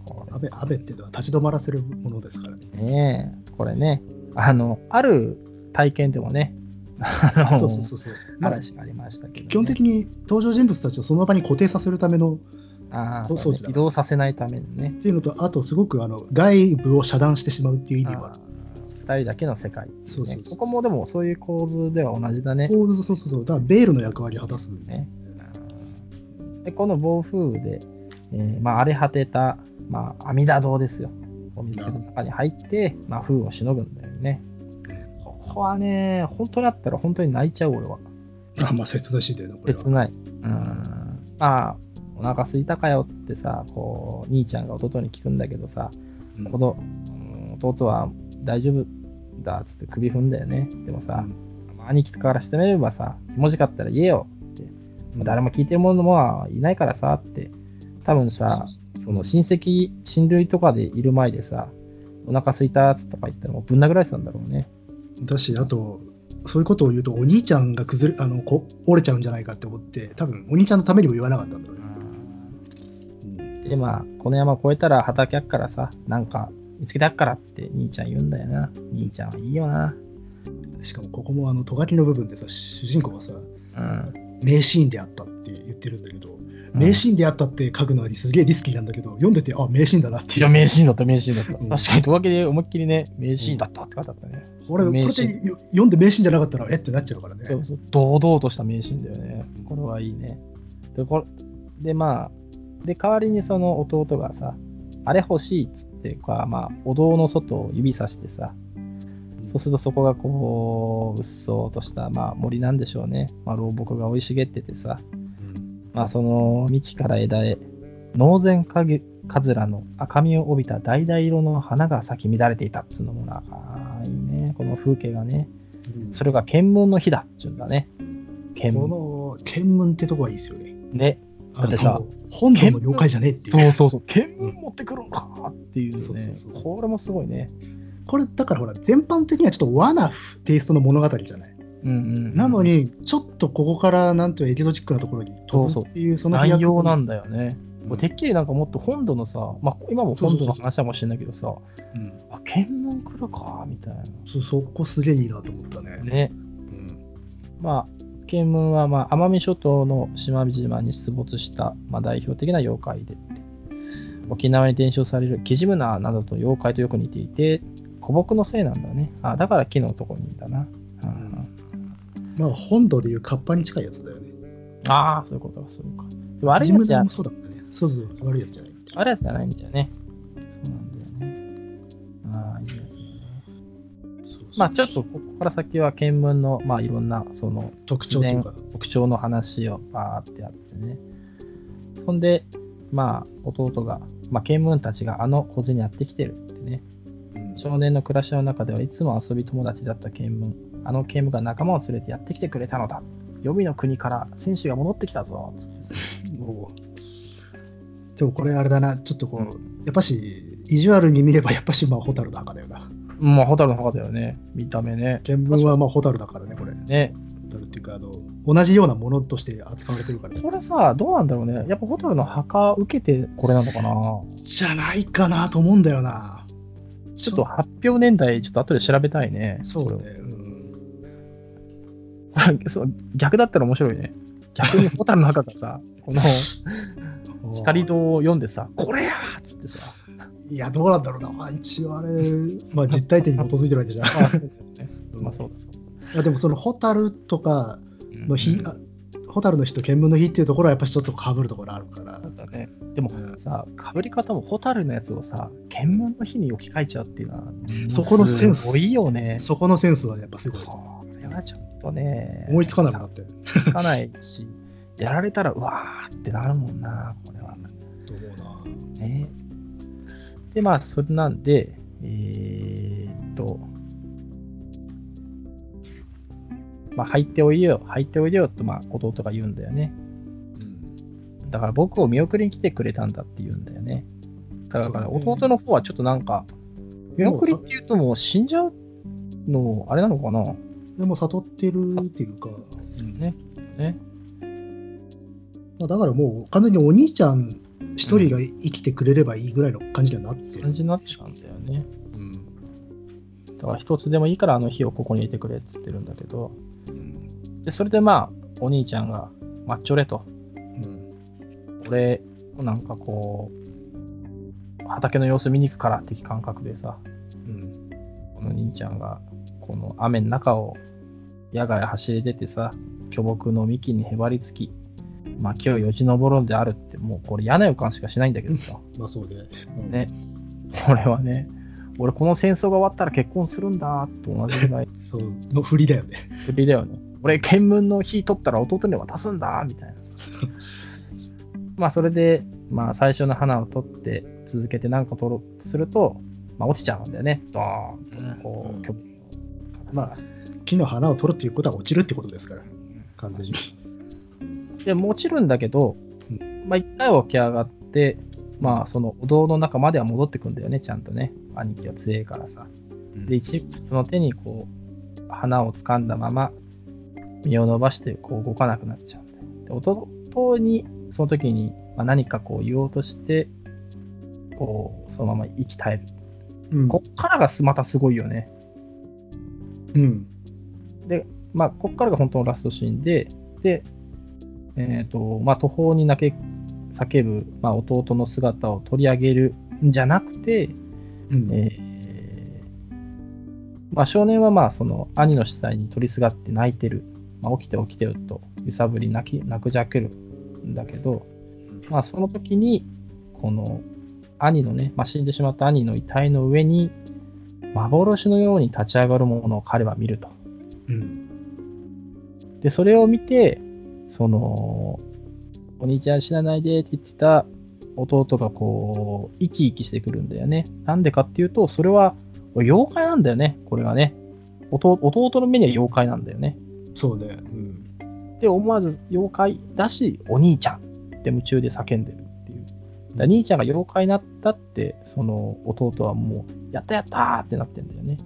S1: これ
S2: アベアベっていうのは立ち止まらせるものですから
S1: [laughs]
S2: ね。
S1: ねえ、これね、あの、ある体験でもね、あの、
S2: そうそうそうそう。まあ
S1: 話がありましたけどね、
S2: 基本的に登場人物たちをその場に固定させるための
S1: あー
S2: そう
S1: そうね
S2: 装置だ
S1: 移動させないためにね、
S2: っていうのと、あとすごくあの外部を遮断してしまうっていう意味は、
S1: 2人だけの世界、ね、
S2: そうそうそう
S1: ここもでもそういう構図では同じだね。
S2: こうそうそうそう、だからベールの役割を果たす。
S1: ねでこの暴風雨で、えーまあ、荒れ果てた、まあ、阿弥陀堂ですよ。お店の中に入って、まあ、風雨をしのぐんだよね。ここはね、本当だったら本当に泣いちゃう俺は。
S2: あ、まあ切なしいんだよな、これは
S1: 切。ない。うん。ああ、お腹すいたかよってさ、こう、兄ちゃんが弟に聞くんだけどさ、
S2: うん
S1: このうん弟は大丈夫だっつって首踏んだよね。でもさ、兄貴からしてみればさ、気持ちかったら言えよ
S2: うん
S1: 誰も聞いてる者はいないからさって、多分さ、その親戚、親類とかでいる前でさ、お腹すいたっつとか言ったらもうぶん殴られてたんだろうね。
S2: だし、あと、そういうことを言うと、お兄ちゃんが崩れあのこ折れちゃうんじゃないかって思って、多分お兄ちゃんのためにも言わなかったんだろうね。うん
S1: で、まあ、この山越えたら畑あっからさ、なんか見つけてあっからって兄ちゃん言うんだよな。兄ちゃんはいいよな。
S2: しかも、ここもあの、とがきの部分でさ、主人公がさ、
S1: うん。
S2: 名シーンであったって言ってるんだけど、名シーンであったって書くのにすげえリスキーなんだけど、読んでて、あ、名シーンだなって
S1: い
S2: い
S1: や、
S2: う。
S1: 名シーンだった、名シーンだった。
S2: うん
S1: 確かに、とわけで思いっきりね、名シーンだったって書いてあったね。
S2: これ、これ
S1: 名
S2: で
S1: シーン
S2: よ読んで名シーンじゃなかったら、えってなっちゃうからね。
S1: そうそう堂々とした名シーンだよね。これはいいね。で、これでまあ、で、代わりにその弟がさ、あれ欲しいっつってか、まあ、お堂の外を指さしてさ、そうするとそこがこう、うっそうとした、まあ、森なんでしょうね。まあ、老木が生い茂っててさ、
S2: うん
S1: まあ、その幹から枝へ、ノ然カゲカズラの赤みを帯びた橙色の花が咲き乱れていたっつうのもな、あーいいね、この風景がね。
S2: うん
S1: それが見聞の日だっちゅうんだね。見聞。
S2: この、見聞ってとこはいいですよね。
S1: ね。だってさ
S2: あの、本堂の了解じゃねえっていう。
S1: そうそうそう。見聞持ってくるんかっていうね。
S2: そうそうそう
S1: これもすごいね。
S2: これ、だからほら、全般的にはちょっと和なテイストの物語じゃない。
S1: うんうん。
S2: なの、に、ちょっとここから、なんとエキゾチックなところに飛ぶっていう、その
S1: 内容な
S2: の、
S1: んだよね。
S2: うん
S1: てっきりなんかもっと本土のさ、まあ今も本土の話はもしれないけどさ、
S2: うん
S1: あ、見聞来るかみたい
S2: そそこすげえいいなと思ったね。
S1: な。ね。
S2: うん
S1: まあ、見聞はまあ奄美諸島の島々に出没した、まあ、代表的な妖怪で、沖縄に伝承されるキジムナなどと妖怪とよく似ていて、古木のせいなんだね。あ、だから木のとこにいたな。うん
S2: まあ、本堂でいうカッパに近いやつだよね。
S1: ああ、そういうことか、そういうことか。でも悪い
S2: ジ
S1: や
S2: ム
S1: つじ
S2: ダ
S1: ゃ
S2: も、そうだもんね。そうそう、悪いやつじゃない。
S1: 悪いやつじゃないんだよね。そうなんだよね。ああ、いいやつだね。
S2: そうそう
S1: まあ、ちょっとここから先は見聞の、まあ、いろんなその
S2: 特徴というか、
S1: 特徴の話をバーってやってね。そんで、まあ、弟が、まあ、見聞たちがあの小津にやってきてるってね。
S2: うん
S1: 少年の暮らしの中ではいつも遊び友達だった見聞。あの見聞が仲間を連れてやってきてくれたのだ。予備の国から選手が戻ってきたぞ。つってさ
S2: おうでもこれあれだな、ちょっとこう、やっぱし、意地悪に見れば、やっぱし、まあ、ホタルの墓だよな。
S1: まあ、蛍の墓だよね。見た目ね。
S2: 見聞は、まあ、ホタルだからね、これ。
S1: ね。
S2: ホタルっていうか、あの、同じようなものとして扱われてるから。
S1: これさ、どうなんだろうね。やっぱ蛍の墓受けてこれなのかな。
S2: じゃないかなと思うんだよな。
S1: ちょっと発表年代、ちょっと後で調べたいね。
S2: そう
S1: こ
S2: ね。うん
S1: れを [laughs] そう逆だったら面白いね。逆に蛍の墓が
S2: [laughs]
S1: さ、この光堂を読んでさ、これやーっつってさ。
S2: いや、どうなんだろうな。まあ、一応あれ、まあ、実体験に基づいてる
S1: [laughs]
S2: わけじゃん。
S1: まあそうだそうだ。
S2: いやでも、そのホタルとかの日
S1: うん、
S2: あホタルの日と見聞の日っていうところは、やっぱしちょっとかぶるところあるから。
S1: そうだね。でもさ、かぶり方も蛍のやつをさ、見聞の日に置き換えちゃうっていうのは、
S2: そこのセンス
S1: すごいよね。
S2: そこのセンスはやっぱすごい。
S1: これはちょっとね。
S2: 思いつかなくなってる
S1: つかないし、やられたら、うわーってなるもんな、これは。
S2: と思うな。
S1: ね。で、まあ、それなんで、えーっと、まあ、入っておいでよ、入っておいでよと、まあ、弟が言うんだよね。だから僕を見送りに来てくれたんだって言うんだよね。だから、
S2: そうだね
S1: 弟の方はちょっとなんか、見送りっていうともう死んじゃうの、あれなのかな
S2: でも悟ってるっていうか、
S1: ね。ね。
S2: まあだからもう完全にお兄ちゃん一人が生きてくれればいいぐらいの感じにはなってる、
S1: 感じになっちゃうんだよね。
S2: うん
S1: だから一つでもいいからあの日をここにいてくれって言ってるんだけど、
S2: うん
S1: でそれでまあ、お兄ちゃんが、マッチョレと、
S2: うん
S1: 俺、なんかこう、畑の様子見に行くからって感覚でさ、
S2: うん
S1: この兄ちゃんが、この雨の中を野外走り出てさ、巨木の幹にへばりつき、まあ今日よじ登るんであるって、もうこれ嫌な予感しかしないんだけどさ、
S2: まあそうで、うん
S1: ねこれはね、俺この戦争が終わったら結婚するんだと同じぐらい
S2: そうの振りだよね
S1: 振りだよね。俺、見聞の火取ったら弟に渡すんだみたいなさ。まあ、それで、まあ、最初の花を取って、続けて何個取ろうとすると、まあ、落ちちゃうんだよね。ドーンこ
S2: うん
S1: う、きょ
S2: ま木の花を取るっていうことは落ちるってことですから完全に
S1: で、もちろんだけど
S2: う、
S1: まあ、一回は起き上がって、まあ、そのお堂の中までは戻ってくんだよね、ちゃんとね。兄貴は強いからさ。で、一その手にこう、花を掴んだまま、身を伸ばしてこう動かなくなっちゃうんだよで。弟に、その時にまあ何かこう言おうとして、こう、そのまま息絶える。
S2: うん
S1: こっからがすまたすごいよね。
S2: うん
S1: まあ、こっからが本当のラストシーンで、で、えっ、と、まあ、途方に泣け叫ぶ、まあ、弟の姿を取り上げるんじゃなくて、
S2: うん
S1: えーまあ、少年はまあその兄の死体に取りすがって泣いてる、まあ、起きて起きてよと揺さぶり泣き泣くじゃけるんだけど、まあ、その時にこの兄のね、まあ、死んでしまった兄の遺体の上に幻のように立ち上がるものを彼は見ると。
S2: うん
S1: でそれを見てそのお兄ちゃん死なないでって言ってた弟がこう生き生きしてくるんだよねなんでかっていうとそれは妖怪なんだよねこれがね弟弟の目には妖怪なんだよね
S2: そうねうん
S1: で思わず妖怪だしお兄ちゃんって夢中で叫んでるっていうだから兄ちゃんが妖怪になったってその弟はもうやったやったーってなってんだよね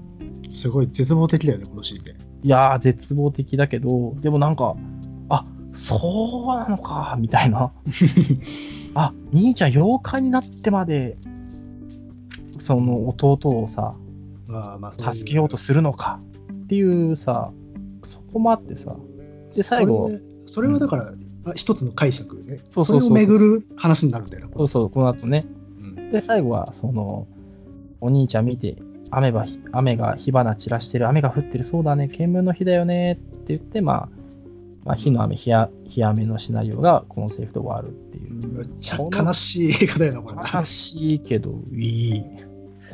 S2: すごい絶望的だよねこのシーンで
S1: いやー絶望的だけどでもなんかあそうなのかみたいなあ兄ちゃん妖怪になってまでその弟をさ
S2: ああ [laughs] まあそういう
S1: 助けようとするのかっていうさそこもあってさで最後
S2: それそれはだから、あ一つの解釈よね
S1: そうそうそう
S2: れを巡る話になるんだよな
S1: そうそうこの後ね
S2: うん
S1: で最後はそのお兄ちゃん見て雨ば雨が火花散らしてる雨が降ってるそうだね見聞の日だよねって言ってまあ、まあ、火の雨日や日雨のシナリオがこのセリフで終わるっていう
S2: めっちゃ悲しい映画だよなこれな
S1: 悲しいけどいい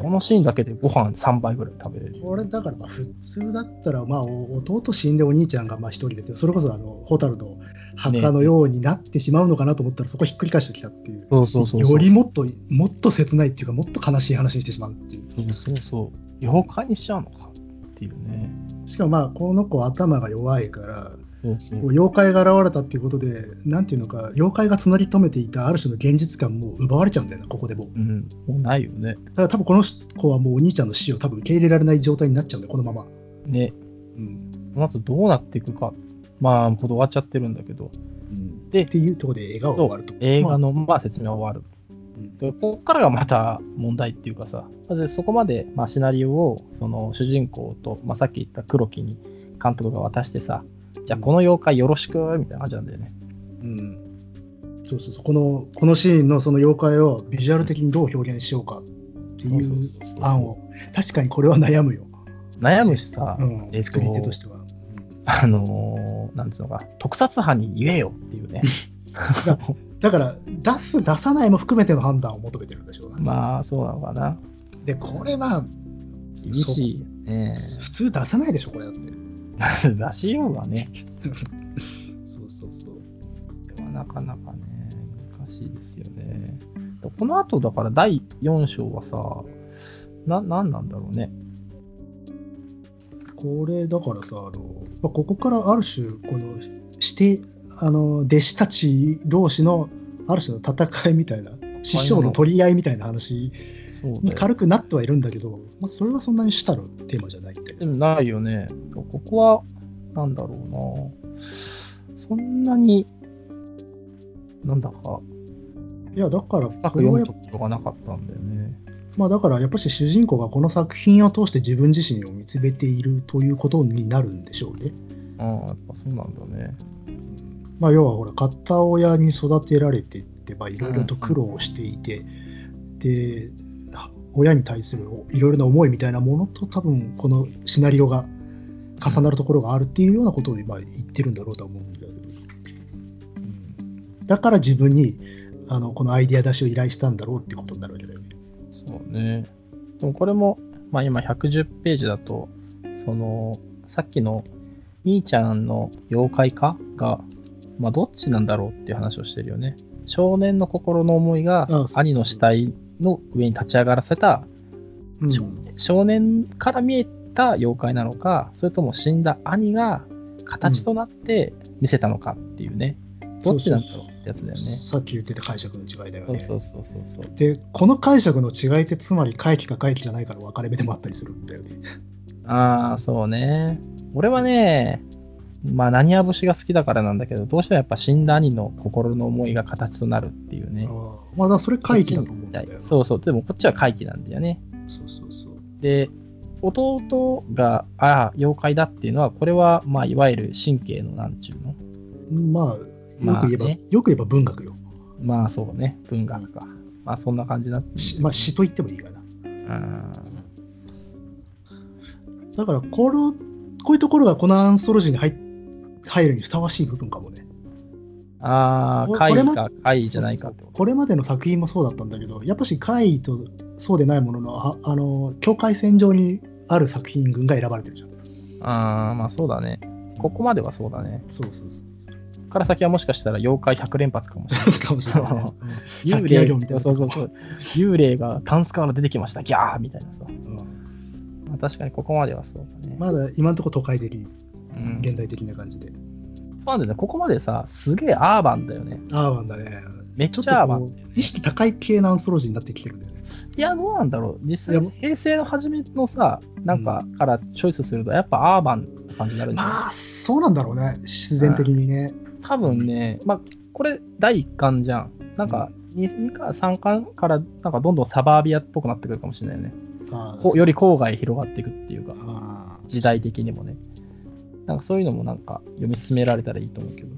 S1: このシーンだけでご飯3杯ぐらい食べれる
S2: これだからまあ普通だったらまあお弟死んでお兄ちゃんがまあ一人でってそれこそあの蛍の墓のようになってしまうのかなと思ったらそこひっくり返してきたっていう
S1: そうそうそうそう
S2: よりもっともっと切ないっていうかもっと悲しい話にしてしまうっていう
S1: そうそうそう妖怪にしちゃうのかっていうね
S2: しかもまあこの子は頭が弱いから
S1: そうそう
S2: こう妖怪が現れたっていうことでなんていうのか妖怪がつなぎ止めていたある種の現実感も奪われちゃうんだよなここでもう
S1: うんもうないよね
S2: だから多分この子はもうお兄ちゃんの死を多分受け入れられない状態になっちゃうんだよこのまま、
S1: ね
S2: うん
S1: この後どうなっていくかまあほど終わっちゃってるんだけど
S2: うん、
S1: で
S2: っていうところで映画は終わると
S1: 映画
S2: まあ
S1: の、まあ、説明は終わ
S2: うん
S1: る。でここからがまた問題っていうかさ、まずそこまで、まあ、シナリオをその主人公と、まあ、さっき言った黒木に監督が渡してさ、じゃあこの妖怪よろしくみたいな感じなんだよね。
S2: うん、そうそうそうこのこのシーンのその妖怪をビジュアル的にどう表現しようかっていう
S1: そうそうそう
S2: 案を確かにこれは悩むよ、
S1: 悩むしさ、
S2: うん
S1: えっと
S2: 作り手としては。
S1: あのーなんつうのか、特撮班に言えよっていうね。
S2: だから出す出さないも含めての判断を求めてるんでしょうな、
S1: まあそうなのかな。
S2: でこれまあ
S1: 厳しいよね。
S2: 普通出さないでしょこれだって
S1: 出しようがね。
S2: そうそうそう
S1: これはなかなかね、難しいですよね。でこの後、だから第4章はさ、な、なんなんだろうね。
S2: これだからさあの、まあ、ここからある種このしてあの弟子たち同士のある種の戦いみたいな師匠の取り合いみたいな話
S1: そうだよ
S2: に軽くなってはいるんだけど、まあ、それはそんなに主たるテーマじゃないって
S1: でもないよね。ここは、なんだろうな。そんなに、なんだか
S2: いやだから
S1: 深
S2: こ
S1: く
S2: れは
S1: 読
S2: や
S1: む
S2: っぱ
S1: ことがなかったんだよね。
S2: まあだからやっぱし主人公がこの作品を通して自分自身を見つめているということになるんでしょうね。
S1: ああ、やっぱそうなんだね。
S2: まあ、要はほら片親に育てられてってまあいろいろと苦労していて、で親に対するいろいろな思いみたいなものと多分このシナリオが重なるところがあるっていうようなことを今言ってるんだろうとは思うんだけど、うんだから自分にあのこのアイディア出しを依頼したんだろうってことになるわけだよね。
S1: そうね。でもこれも、まあ今110ページだと、その、さっきの兄ちゃんの妖怪化が、まあどっちなんだろうっていう話をしてるよね。少年の心の思いが
S2: ああそう
S1: 兄の死体の上に立ち上がらせた
S2: うん
S1: 少少年から見えた妖怪なのか、それとも死んだ兄が形となって見せたのかっていうね、どっちなんだろうってやつだよね。
S2: さっき言ってた解釈の違いだよ
S1: そう
S2: ね。
S1: そうそうそうそう。
S2: でこの解釈の違いってつまり回帰か回帰じゃないかの分かれ目でもあったりするんだよね。
S1: ああ、そうね。俺はね、まあ、何や節が好きだからなんだけど、どうしてもやっぱ死んだ兄の心の思いが形となるっていうね。
S2: ああまあだからそれ回帰だと思うんだよな。
S1: そうそう、でもこっちは回帰なんだよね。
S2: そうそうそう。
S1: で、弟が、ああ、妖怪だっていうのは、これは、まあ、いわゆる神経のなんちゅうの。
S2: まあ、よく言え
S1: ま
S2: ば、
S1: あね
S2: よく言えば文学よ。
S1: まあ、そうね、文学か。まあ、そんな感じだって。
S2: しまあ、詩と言ってもいいかな。
S1: うん、
S2: だからこの、こういうところがこのアンソロジーに入っ入るにふさわしい部分かもね。
S1: ああ、
S2: こ
S1: 怪
S2: これ
S1: 異
S2: も
S1: か、怪異じゃないか
S2: そう
S1: って
S2: そうそう
S1: こと。
S2: これまでの作品もそうだったんだけど、やっぱし怪異とそうでないものの、ああの、境界線上にある作品群が選ばれてるじゃん。
S1: ああ、まあ、そうだね。ここまではそうだね。
S2: そうそうそ。
S1: ここから先はもしかしたら妖怪100連発かもしれないう
S2: かもし
S1: [laughs]
S2: れない、ね。
S1: 幽
S2: 百鬼夜行みたい
S1: 霊
S2: な
S1: そうそうそう幽霊がタンスから出てきましたギャーみたいなさ、まあ、確かにここまではそうだね、
S2: まだ今のところ都会的、
S1: うん、そう
S2: 現代的な感じで。
S1: なんだよねここまでさすげえアーバンだよね
S2: アーバンだね。
S1: めっち
S2: ちょっ
S1: ゃア
S2: と
S1: ーバ
S2: こ
S1: ン
S2: う意識高い系のアンソロジーになってきてるんだよね。
S1: いやどうなんだろう実
S2: い
S1: 際
S2: や
S1: 平成の初めのさなんかからチョイスするとやっぱアーバンって感じになるんじゃない、
S2: まあそうなんだろうね必然的にね、
S1: 多分ねまあこれ第1巻じゃんなんか 2, か3巻からなんかどんどんサバービアっぽくなってくるかもしれないよね
S2: ああ
S1: こより郊外広がっていくっていうか
S2: ああ
S1: 時代的にもね。なんかそういうのもなんか読み進められたらいいと思うけど。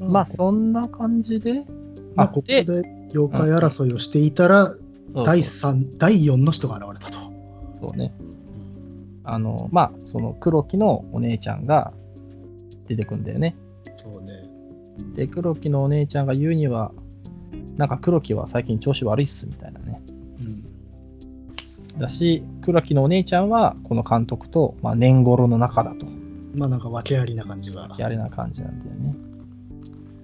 S2: うん
S1: まあそんな感じで、
S2: まあ
S1: あ
S2: ここ
S1: で
S2: で妖怪争いをしていたら
S1: そう
S2: 第3第4の人が現れたと
S1: そうね。あの、まあその黒木のお姉ちゃんが出てくんだよね。
S2: そうね
S1: で、黒木のお姉ちゃんが言うには、なんか黒木は最近調子悪いっすみたいなね。
S2: うん
S1: だし、黒木のお姉ちゃんはこの監督と、まあ、年頃の仲だと。
S2: まあなんか訳ありな感じが
S1: やれな感じなんだよね。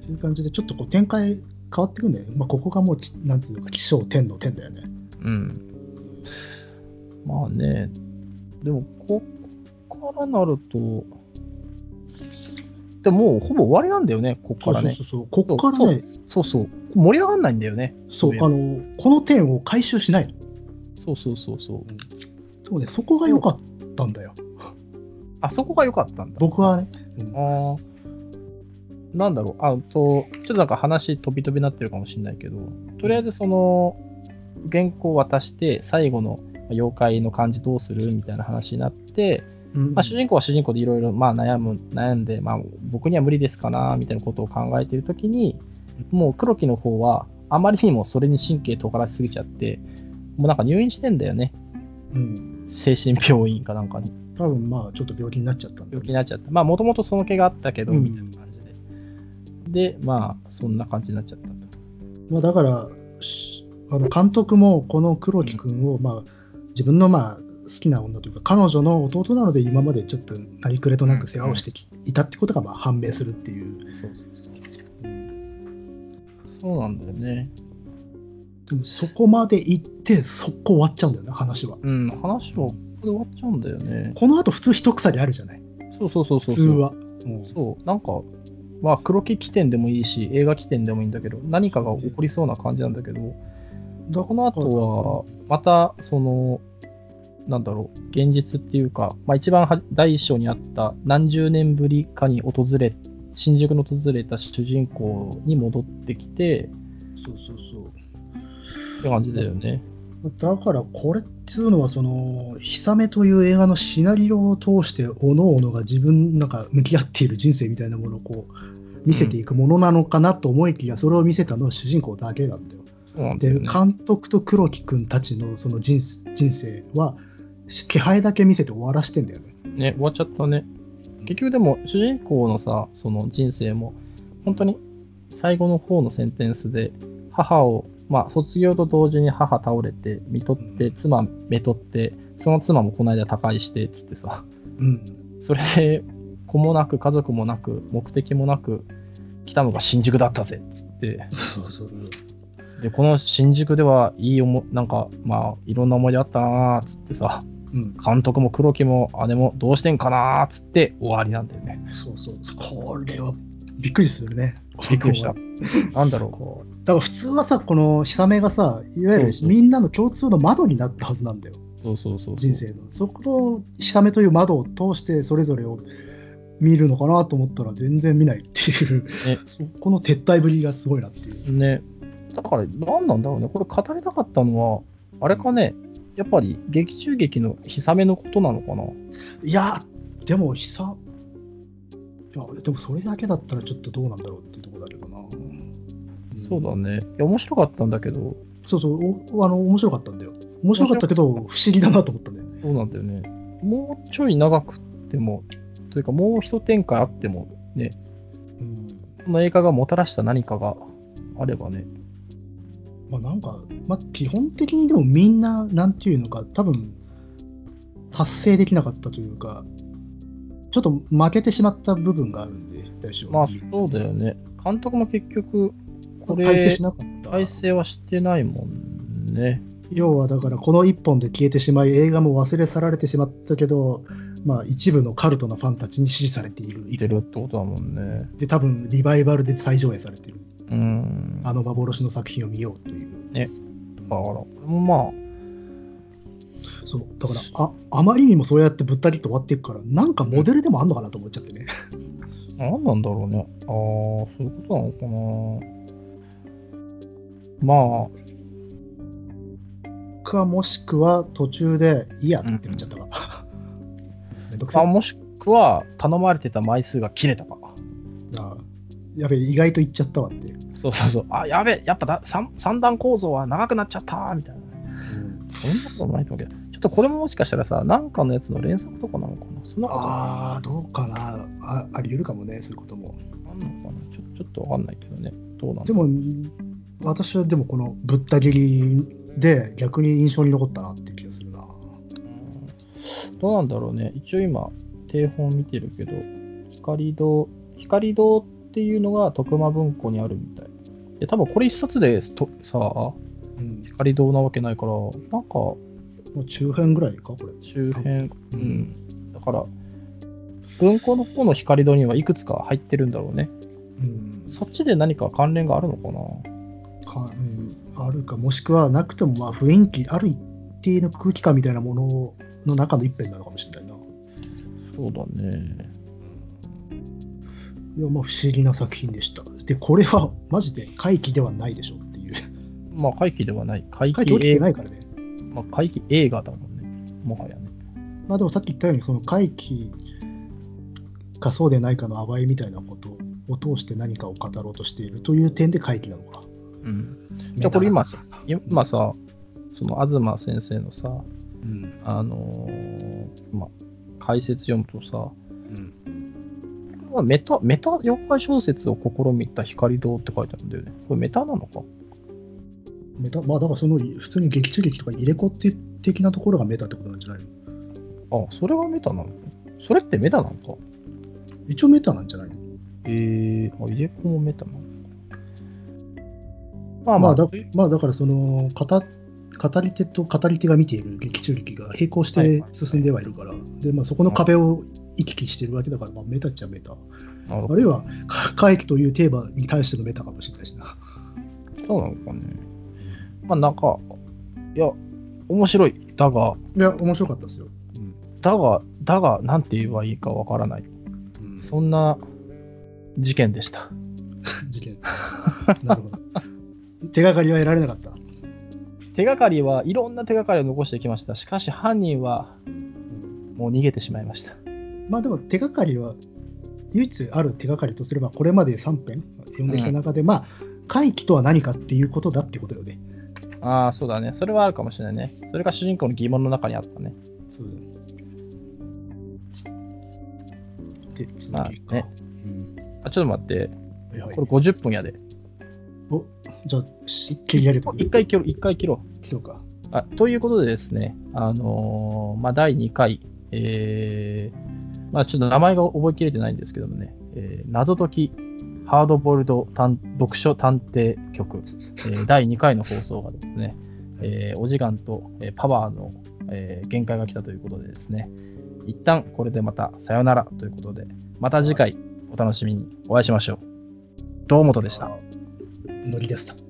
S2: っていう感じでちょっとこう展開変わってくんだよね、まあ、ここがもうきなんつうのか起承天の天だよね
S1: うん。まあね、でも、ここからなると、でももうほぼ終わりなんだよね、ここ
S2: そう
S1: から
S2: そう
S1: ね。
S2: そうそうここからね
S1: そうそう、盛り上がんないんだよね。
S2: そうあのこの点を回収しないの
S1: そうそうそうそう。
S2: そうねそこが良かったんだよ
S1: あそこが良かったんだ。
S2: 僕はね、うん
S1: あーなんだろう、あと、ちょっとなんか話飛び飛びになってるかもしれないけど、とりあえずその、原稿渡して、最後の妖怪の感じどうするみたいな話になって、
S2: うん
S1: まあ、主人公は主人公でいろいろまあ悩む悩んで、まあ、僕には無理ですかなみたいなことを考えているときにもう黒木の方はあまりにもそれに神経尖らしすぎちゃってもうなんか入院してんだよね
S2: うん
S1: 精神病院かなんかに
S2: 多分まあちょっと病気になっちゃったんだ
S1: 病気になっちゃってまあもともとその気があったけど
S2: うん
S1: みたいな感じで、でまあそんな感じになっちゃったと
S2: まあ、だからしあの監督もこの黒木君を、まあ、自分のまあ好きな女というか彼女の弟なので今までちょっとなりくれとなく世話をしてき、いたってことがまあ判明するっていう
S1: そうそうそうそうなんだよね
S2: でもそこまで行ってそこ終わっちゃうんだよね話は
S1: うん話もここで終わっちゃうんだよね
S2: このあと普通一鎖あるじゃない
S1: そうそうそうそ
S2: 普
S1: う
S2: 通
S1: そう
S2: はうん
S1: そう、なんか、まあ、黒木起点でもいいし、映画起点でもいいんだけど、何かが起こりそうな感じなんだけど、
S2: だ
S1: この後は、また、その、なんだろう、現実っていうか、まあ、一番は第一章にあった、何十年ぶりかに訪れ新宿の訪れた主人公に戻ってきて
S2: そうそうそう
S1: って感じだよね。
S2: だからこれっていうのはその「ひさめ」という映画のシナリオを通しておのおのが自分なんか向き合っている人生みたいなものをこう見せていくものなのかなと思いきや、それを見せたのは主人公だけだったよ。
S1: そうなんだ
S2: で
S1: よね
S2: 監督と黒木君たちのその人人生は気配だけ見せて終わらしてんだよね。
S1: ね、終わっちゃったね。結局でも、主人公のさ、その人生も、本当に最後の方のセンテンスで、母を、まあ、卒業と同時に母倒れて、見とって、
S2: うん
S1: 妻めとって、その妻もこの間他界して、つってさ、
S2: うん、
S1: それで、子もなく、家族もなく、目的もなく、来たのが新宿だったぜ、つって。
S2: そうそうそう
S1: で、この新宿では、いい思い、なんか、まあ、いろんな思い出あったなー、つってさ、
S2: うん、
S1: 監督も黒木も姉もどうしてんかなー、つって終わりなんだよね。
S2: そうそうこれはびっくりするね。
S1: びっくりした。 [laughs] なんだろう。
S2: こうだから普通はさこの「ひさめ」がさいわゆ
S1: そう
S2: る
S1: そう
S2: みんなの共通の窓になったはずなんだよ
S1: そうそうそうそう。
S2: 人生のそこの「ひさめ」という窓を通してそれぞれを見るのかなと思ったら全然見ないっていう、
S1: ね
S2: [laughs] そこの撤退ぶりがすごいなっていう。
S1: ね。だから、何なんだろうね。これ語りたかったのは、あれかね、やっぱり劇中劇のひさめのことなのかな。
S2: いやでもひさいやでもそれだけだったらちょっとどうなんだろうっていうところだけどな、
S1: そうだね。
S2: ね
S1: いや、面白かったんだけど、
S2: そうそうおあの面白かったんだよ面白かったけど不思議だなと思ったね
S1: そうなんだよね。もうちょい長くっても、というか、もう一展開あっても、ね、
S2: うん
S1: この映画がもたらした何かがあればね。
S2: まあ、なんか、まあ、基本的にでもみんな、なんていうのか、多分達成できなかったというか、ちょっと負けてしまった部分があるんで、大丈夫。
S1: まあ、そうだよね。監督も結局、これ、
S2: 体制しなかった。
S1: 体制はしてないもんね。
S2: 要はだから、この一本で消えてしまい、映画も忘れ去られてしまったけど、まあ、一部のカルトのファンたちに支持されている。
S1: 入れるってことだもんね。
S2: で、多分リバイバルで再上映されている。
S1: うん。
S2: あの幻の作品を見ようという。
S1: ねだから、これもまあ、
S2: そうだからああまりにもそうやってぶった切って終わっていくからなんかモデルでもあんのかなと思っちゃってね
S1: 何なんだろうね。ああ、そういうことなのかな。まあ、
S2: かもしくは途中で「いいや」って言っちゃったか、めんどく
S1: ま
S2: さ
S1: あ、
S2: い
S1: もしくは、頼まれてた枚数が切れたか。
S2: なやべえ意外と言っちゃったわっていう、
S1: そうそうそう。あ、やべえ、やっぱだ三三段構造は長くなっちゃった、みたいな。そんなことないと思うけど、ちょっとこれももしかしたらさ、なんかのやつの連作とかなのかな。そんなことあ
S2: ああどうかなああり得るかもねそういうこと
S1: ん
S2: も
S1: のかな。ちょちょっとわかんないけどね。どうなん
S2: で
S1: だ
S2: も私はでもこのぶった切りで逆に印象に残ったなっていう気がするな
S1: どうなんだろうね。一応今、定本見てるけど、光堂、光堂っていうのが徳間文庫にあるみたい。で、多分これ一冊でとさ、
S2: うん
S1: 光堂なわけないから、なんか
S2: もう中編ぐらいかこれ
S1: 周辺、う。
S2: うん
S1: だから、文庫の方の光堂にはいくつか入ってるんだろうね。
S2: うん
S1: そっちで何か関連があるのかな
S2: か、うん、あるかもしくはなくてもまあ雰囲気ある一定の空気感みたいなものの中の一編なのかもしれないな
S1: そうだね。
S2: いやまあ不思議な作品でした。で、これはマジで怪奇ではないでしょっていう。
S1: まあ、回帰ではない。回
S2: 怪奇
S1: 帰
S2: 落ち
S1: 映
S2: て
S1: 画、
S2: ないからね。
S1: まあ、回帰映画だもんね。もはやね。
S2: まあでもさっき言ったように、その怪奇かそうでないかの淡いみたいなことを通して何かを語ろうとしているという点で怪奇なのか。
S1: うん。じゃあこれ今さ、今さ、その東先生のさ、
S2: うん。
S1: あのーまあ、解説読むとさ、
S2: うん。
S1: まあメタ、メタ妖怪小説を試みた光堂って書いてあるんだよね。これメタなのか
S2: メタまあだからその普通に劇中劇とか入れ子って的なところがメタってことなんじゃないの
S1: あ、それがメタなのそれってメタなのか
S2: 一応メタなんじゃないの
S1: えー、あ、入れ子もメタなのかまあま
S2: ま
S1: あ、
S2: あだまあだからその語語り手と語り手が見ている劇中劇が並行し
S1: はいはい
S2: て
S1: はい
S2: 進んではいるから、でまあ、そこの壁を行き来してるわけだから、まあ、メタっちゃメタ
S1: なるほ
S2: あ
S1: ど
S2: るいはか回帰というテーマに対してのメタかもしれないしな
S1: そうなのかね。まあなんか、いや、面白い。だが、
S2: いや面白かったですよ、うん
S1: だが、だが、なんて言えばいいかわからない。
S2: うん
S1: そんな事件でした。
S2: 事件。なるほ
S1: [laughs]
S2: ど。手がかりは得られなかった。
S1: 手がかりはいろんな手がかりを残してきました。しかし犯人はもう逃げてしまいました。
S2: まあでも手がかりは、唯一ある手がかりとすれば、これまで3編読んできた中で、まあ、回帰とは何かっていうことだってことよね。
S1: ああ、そうだね。それはあるかもしれないね。それが主人公の疑問の中にあったね。
S2: そうで、
S1: まあ
S2: 続きか。
S1: ね。
S2: うん
S1: あちょっと待って。
S2: はいはい
S1: これ50分やで。
S2: じゃあ、し切り上げてもい
S1: 一回切ろう、一回切ろう。
S2: そうか。
S1: あということでですね、あのーまあ、第2回、えーまあ、ちょっと名前が覚えきれてないんですけどもね、えー謎解きハードボイルド探読書探偵局、えー第2回の放送がですね、えーお時間と、えーパワーの、えー限界が来たということでですね、一旦これでまたさよならということで、また次回お楽しみにお会いしましょう。どうもとでした。
S2: ノリでした。